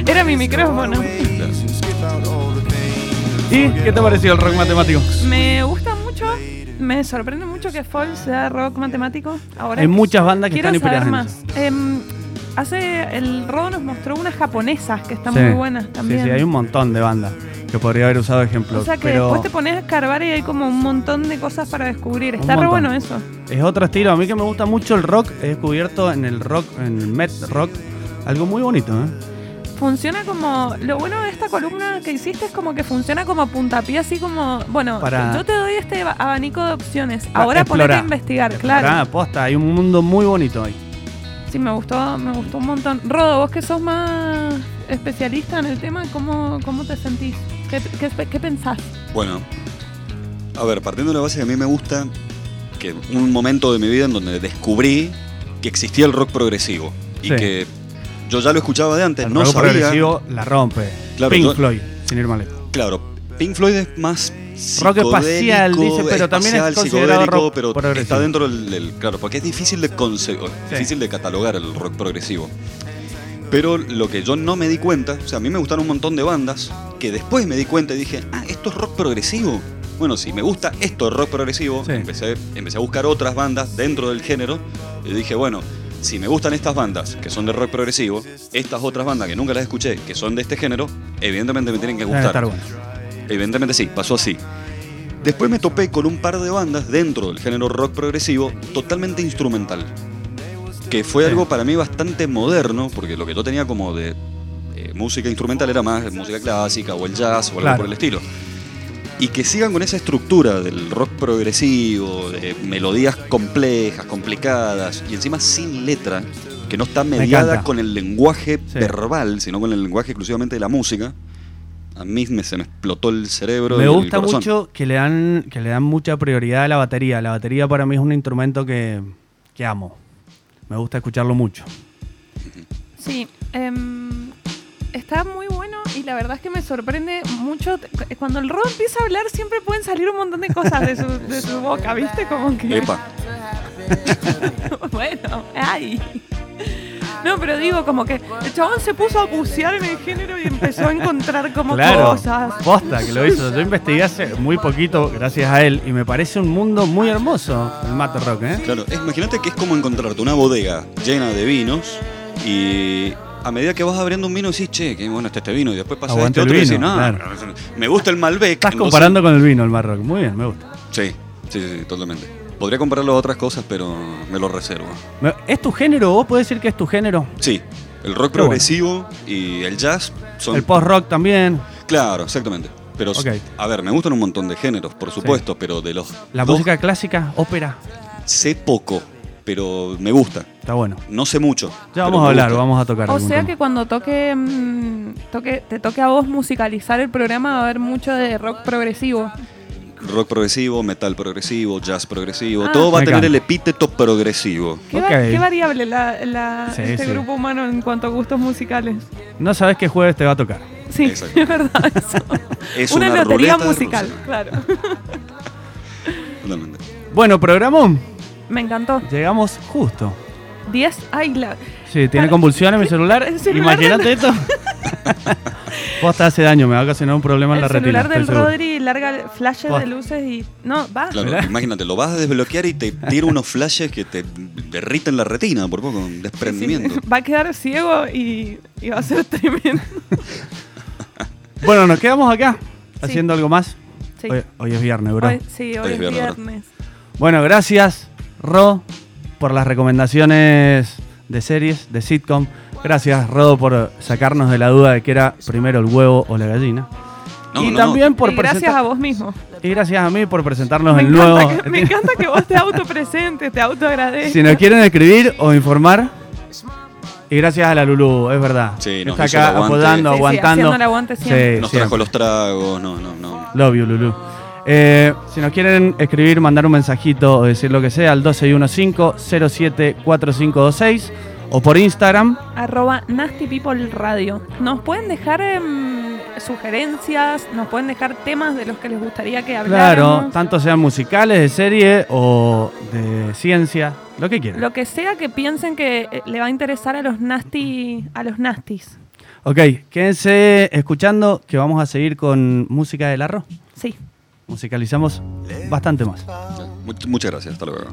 Era mi micrófono.
ways and skip out all the pain.
¿Y qué te pareció el rock matemático?
Me gusta mucho, me sorprende mucho que Fall sea rock matemático. Ahora
Hay muchas bandas que
quiero
están
saber
inspiradas
más. Em, hace el Rodo nos mostró unas japonesas que están
Sí.
muy buenas también.
Sí, sí, hay un montón de bandas que podría haber usado ejemplos.
o sea que
pero
después te pones a escarbar y hay como un montón de cosas para descubrir.
Un
Está re
montón.
bueno eso.
es otro estilo. A mí que me gusta mucho el rock, he descubierto en el rock, en el met rock, algo muy bonito, ¿eh?
Funciona como. Lo bueno de esta columna que hiciste es como que funciona como puntapié, así como. Bueno,
Para-
yo te doy este abanico de opciones.
Para
Ahora ponete a
explorar.
investigar,
Ah,
Pues claro.
posta, hay un mundo muy bonito ahí.
Sí, me gustó, me gustó un montón. Rodo, vos que sos más especialista en el tema, ¿cómo, cómo te sentís? ¿Qué, qué, qué pensás?
Bueno, a ver, partiendo de la base que a mí me gusta, que un momento de mi vida en donde descubrí que existía el rock progresivo y
Sí.
que yo ya lo escuchaba de antes,
El
no
rock
sabía.
progresivo la rompe.
Claro,
Pink
yo-
Floyd, sin ir mal.
Claro, Pink Floyd es más
Rock espacial,
psicodélico,
dice, pero también es
espacial,
considerado
psicodélico,
rock
pero
progresivo.
está dentro del, del- claro, porque es difícil de conce- o
Sí.
difícil de catalogar el rock progresivo. Pero lo que yo no me di cuenta, o sea, a mí me gustaron un montón de bandas que después me di cuenta y dije, ah, esto es rock progresivo. Bueno, si me gusta esto es rock progresivo,
Sí.
empecé, empecé a buscar otras bandas dentro del género y dije, bueno, si me gustan estas bandas que son de rock progresivo, estas otras bandas que nunca las escuché, que son de este género, evidentemente me tienen que
Debe estar
gustar.
bueno.
Evidentemente sí, pasó así. Después me topé con un par de bandas dentro del género rock progresivo totalmente instrumental. Que fue algo para mí bastante moderno, porque lo que yo tenía como de eh, música instrumental era más música clásica o el jazz o algo
Claro.
por el estilo. Y que sigan con esa estructura del rock progresivo, de melodías complejas, complicadas y encima sin letra, que no está mediada
encanta.
con el lenguaje
Sí.
verbal, sino con el lenguaje exclusivamente de la música. A mí me, se me explotó el cerebro. y
Me
el
gusta
corazón.
mucho que le dan que le dan mucha prioridad a la batería. La batería para mí es un instrumento que, que amo. Me gusta escucharlo mucho.
Sí, em, está muy bueno y la verdad es que me sorprende mucho. t- eh, Cuando el Rodo empieza a hablar, siempre pueden salir un montón de cosas de su, de su boca, ¿viste? Como que.
Epa,
bueno, ay. No, pero digo, como que el chabón se puso a bucear en el género y empezó a encontrar como cosas.
Posta que lo hizo. Yo investigué hace muy poquito gracias a él y me parece un mundo muy hermoso el Mato Rock, ¿eh?
claro, es- imagínate que es como encontrarte una bodega llena de vinos y a medida que vas abriendo un vino decís, che, qué bueno está este vino, y después pasa
Aguante
este otro
el
y decís,
vino,
no, me gusta el Malbec.
Estás
entonces-
comparando con el vino el Mad Rock. Muy bien, me gusta.
Sí, sí, sí, sí, totalmente. Podría compararlo a otras cosas, pero me lo reservo.
Me- ¿Es tu género? ¿Vos podés decir que es tu género?
Sí,
Qué
el rock
bueno.
progresivo y el jazz son
El post-rock también.
Claro, exactamente. Pero,
Ok.
a ver, me gustan un montón de géneros, por supuesto, pero de los
La
dos
música clásica, ópera.
sé poco, pero me gusta.
Está bueno.
No sé mucho.
Ya
pero
vamos
me
a hablar,
gusta.
vamos a tocar.
O
algún
sea
tema.
que cuando toque, mm, toque, te toque a vos musicalizar el programa, va a haber mucho de rock progresivo.
Rock progresivo, metal progresivo, jazz progresivo,
Ah.
todo va a
Me
tener
encanta.
el epíteto progresivo.
Qué, va-
Ok.
qué variable la, la-
Sí,
este
sí.
grupo humano en cuanto a gustos musicales.
No sabes qué jueves te va a tocar.
Sí,
Exacto.
es verdad eso.
Es
una,
una
lotería
ruleta
musical,
rusa.
claro.
Totalmente.
Bueno, programón.
Me encantó.
Llegamos justo.
10. Ay, la-
Sí, tiene
Para-
convulsiones mi celular.
El celular
Imagínate
del-
esto. Posta hace daño, me va a ocasionar un problema en
el
la retina.
celular del
estoy seguro.
Rodri larga flashes
Buah.
de luces y. No, va.
Claro,
¿Verdad?
imagínate, lo vas a desbloquear y te tira unos flashes que te derriten la retina por poco, un desprendimiento.
Sí, va a quedar ciego y, y va a ser tremendo.
Bueno, nos quedamos acá haciendo algo más.
Sí.
Hoy, hoy es viernes, bro.
Hoy, sí, hoy
Hoy es
es
viernes, bro.
viernes.
Bueno, gracias, Ro, por las recomendaciones de series, de sitcom. Gracias, Rodo, por sacarnos de la duda de que era primero el huevo o la gallina.
No,
y
no, no.
también por
y gracias
presenta-
a vos mismo.
Y gracias a mí por presentarnos
Me
el
encanta,
nuevo.
que, me encanta que vos te autopresentes, te autoagradezcas.
Si nos quieren escribir o informar. Y gracias a la Lulu, es verdad.
Sí, nos
Está
hizo el
acá
aguante.
apoyando,
Sí, sí,
aguantando.
haciendo el aguante
Sí,
siempre.
Nos
siempre.
trajo los tragos, no, no, no.
Love you, Lulu. Eh, si nos quieren escribir, mandar un mensajito o decir lo que sea al 2615-074526 o por Instagram.
arroba Nasty People Radio. Nos pueden dejar em, sugerencias, nos pueden dejar temas de los que les gustaría que
Claro,
habláramos.
tanto sean musicales, de serie o de ciencia, lo que quieran.
Lo que sea que piensen que eh, le va a interesar a los nasty, a los nasties.
Ok, quédense escuchando que vamos a seguir con música del arroz.
Sí.
Musicalizamos bastante más.
Much- muchas gracias, hasta luego.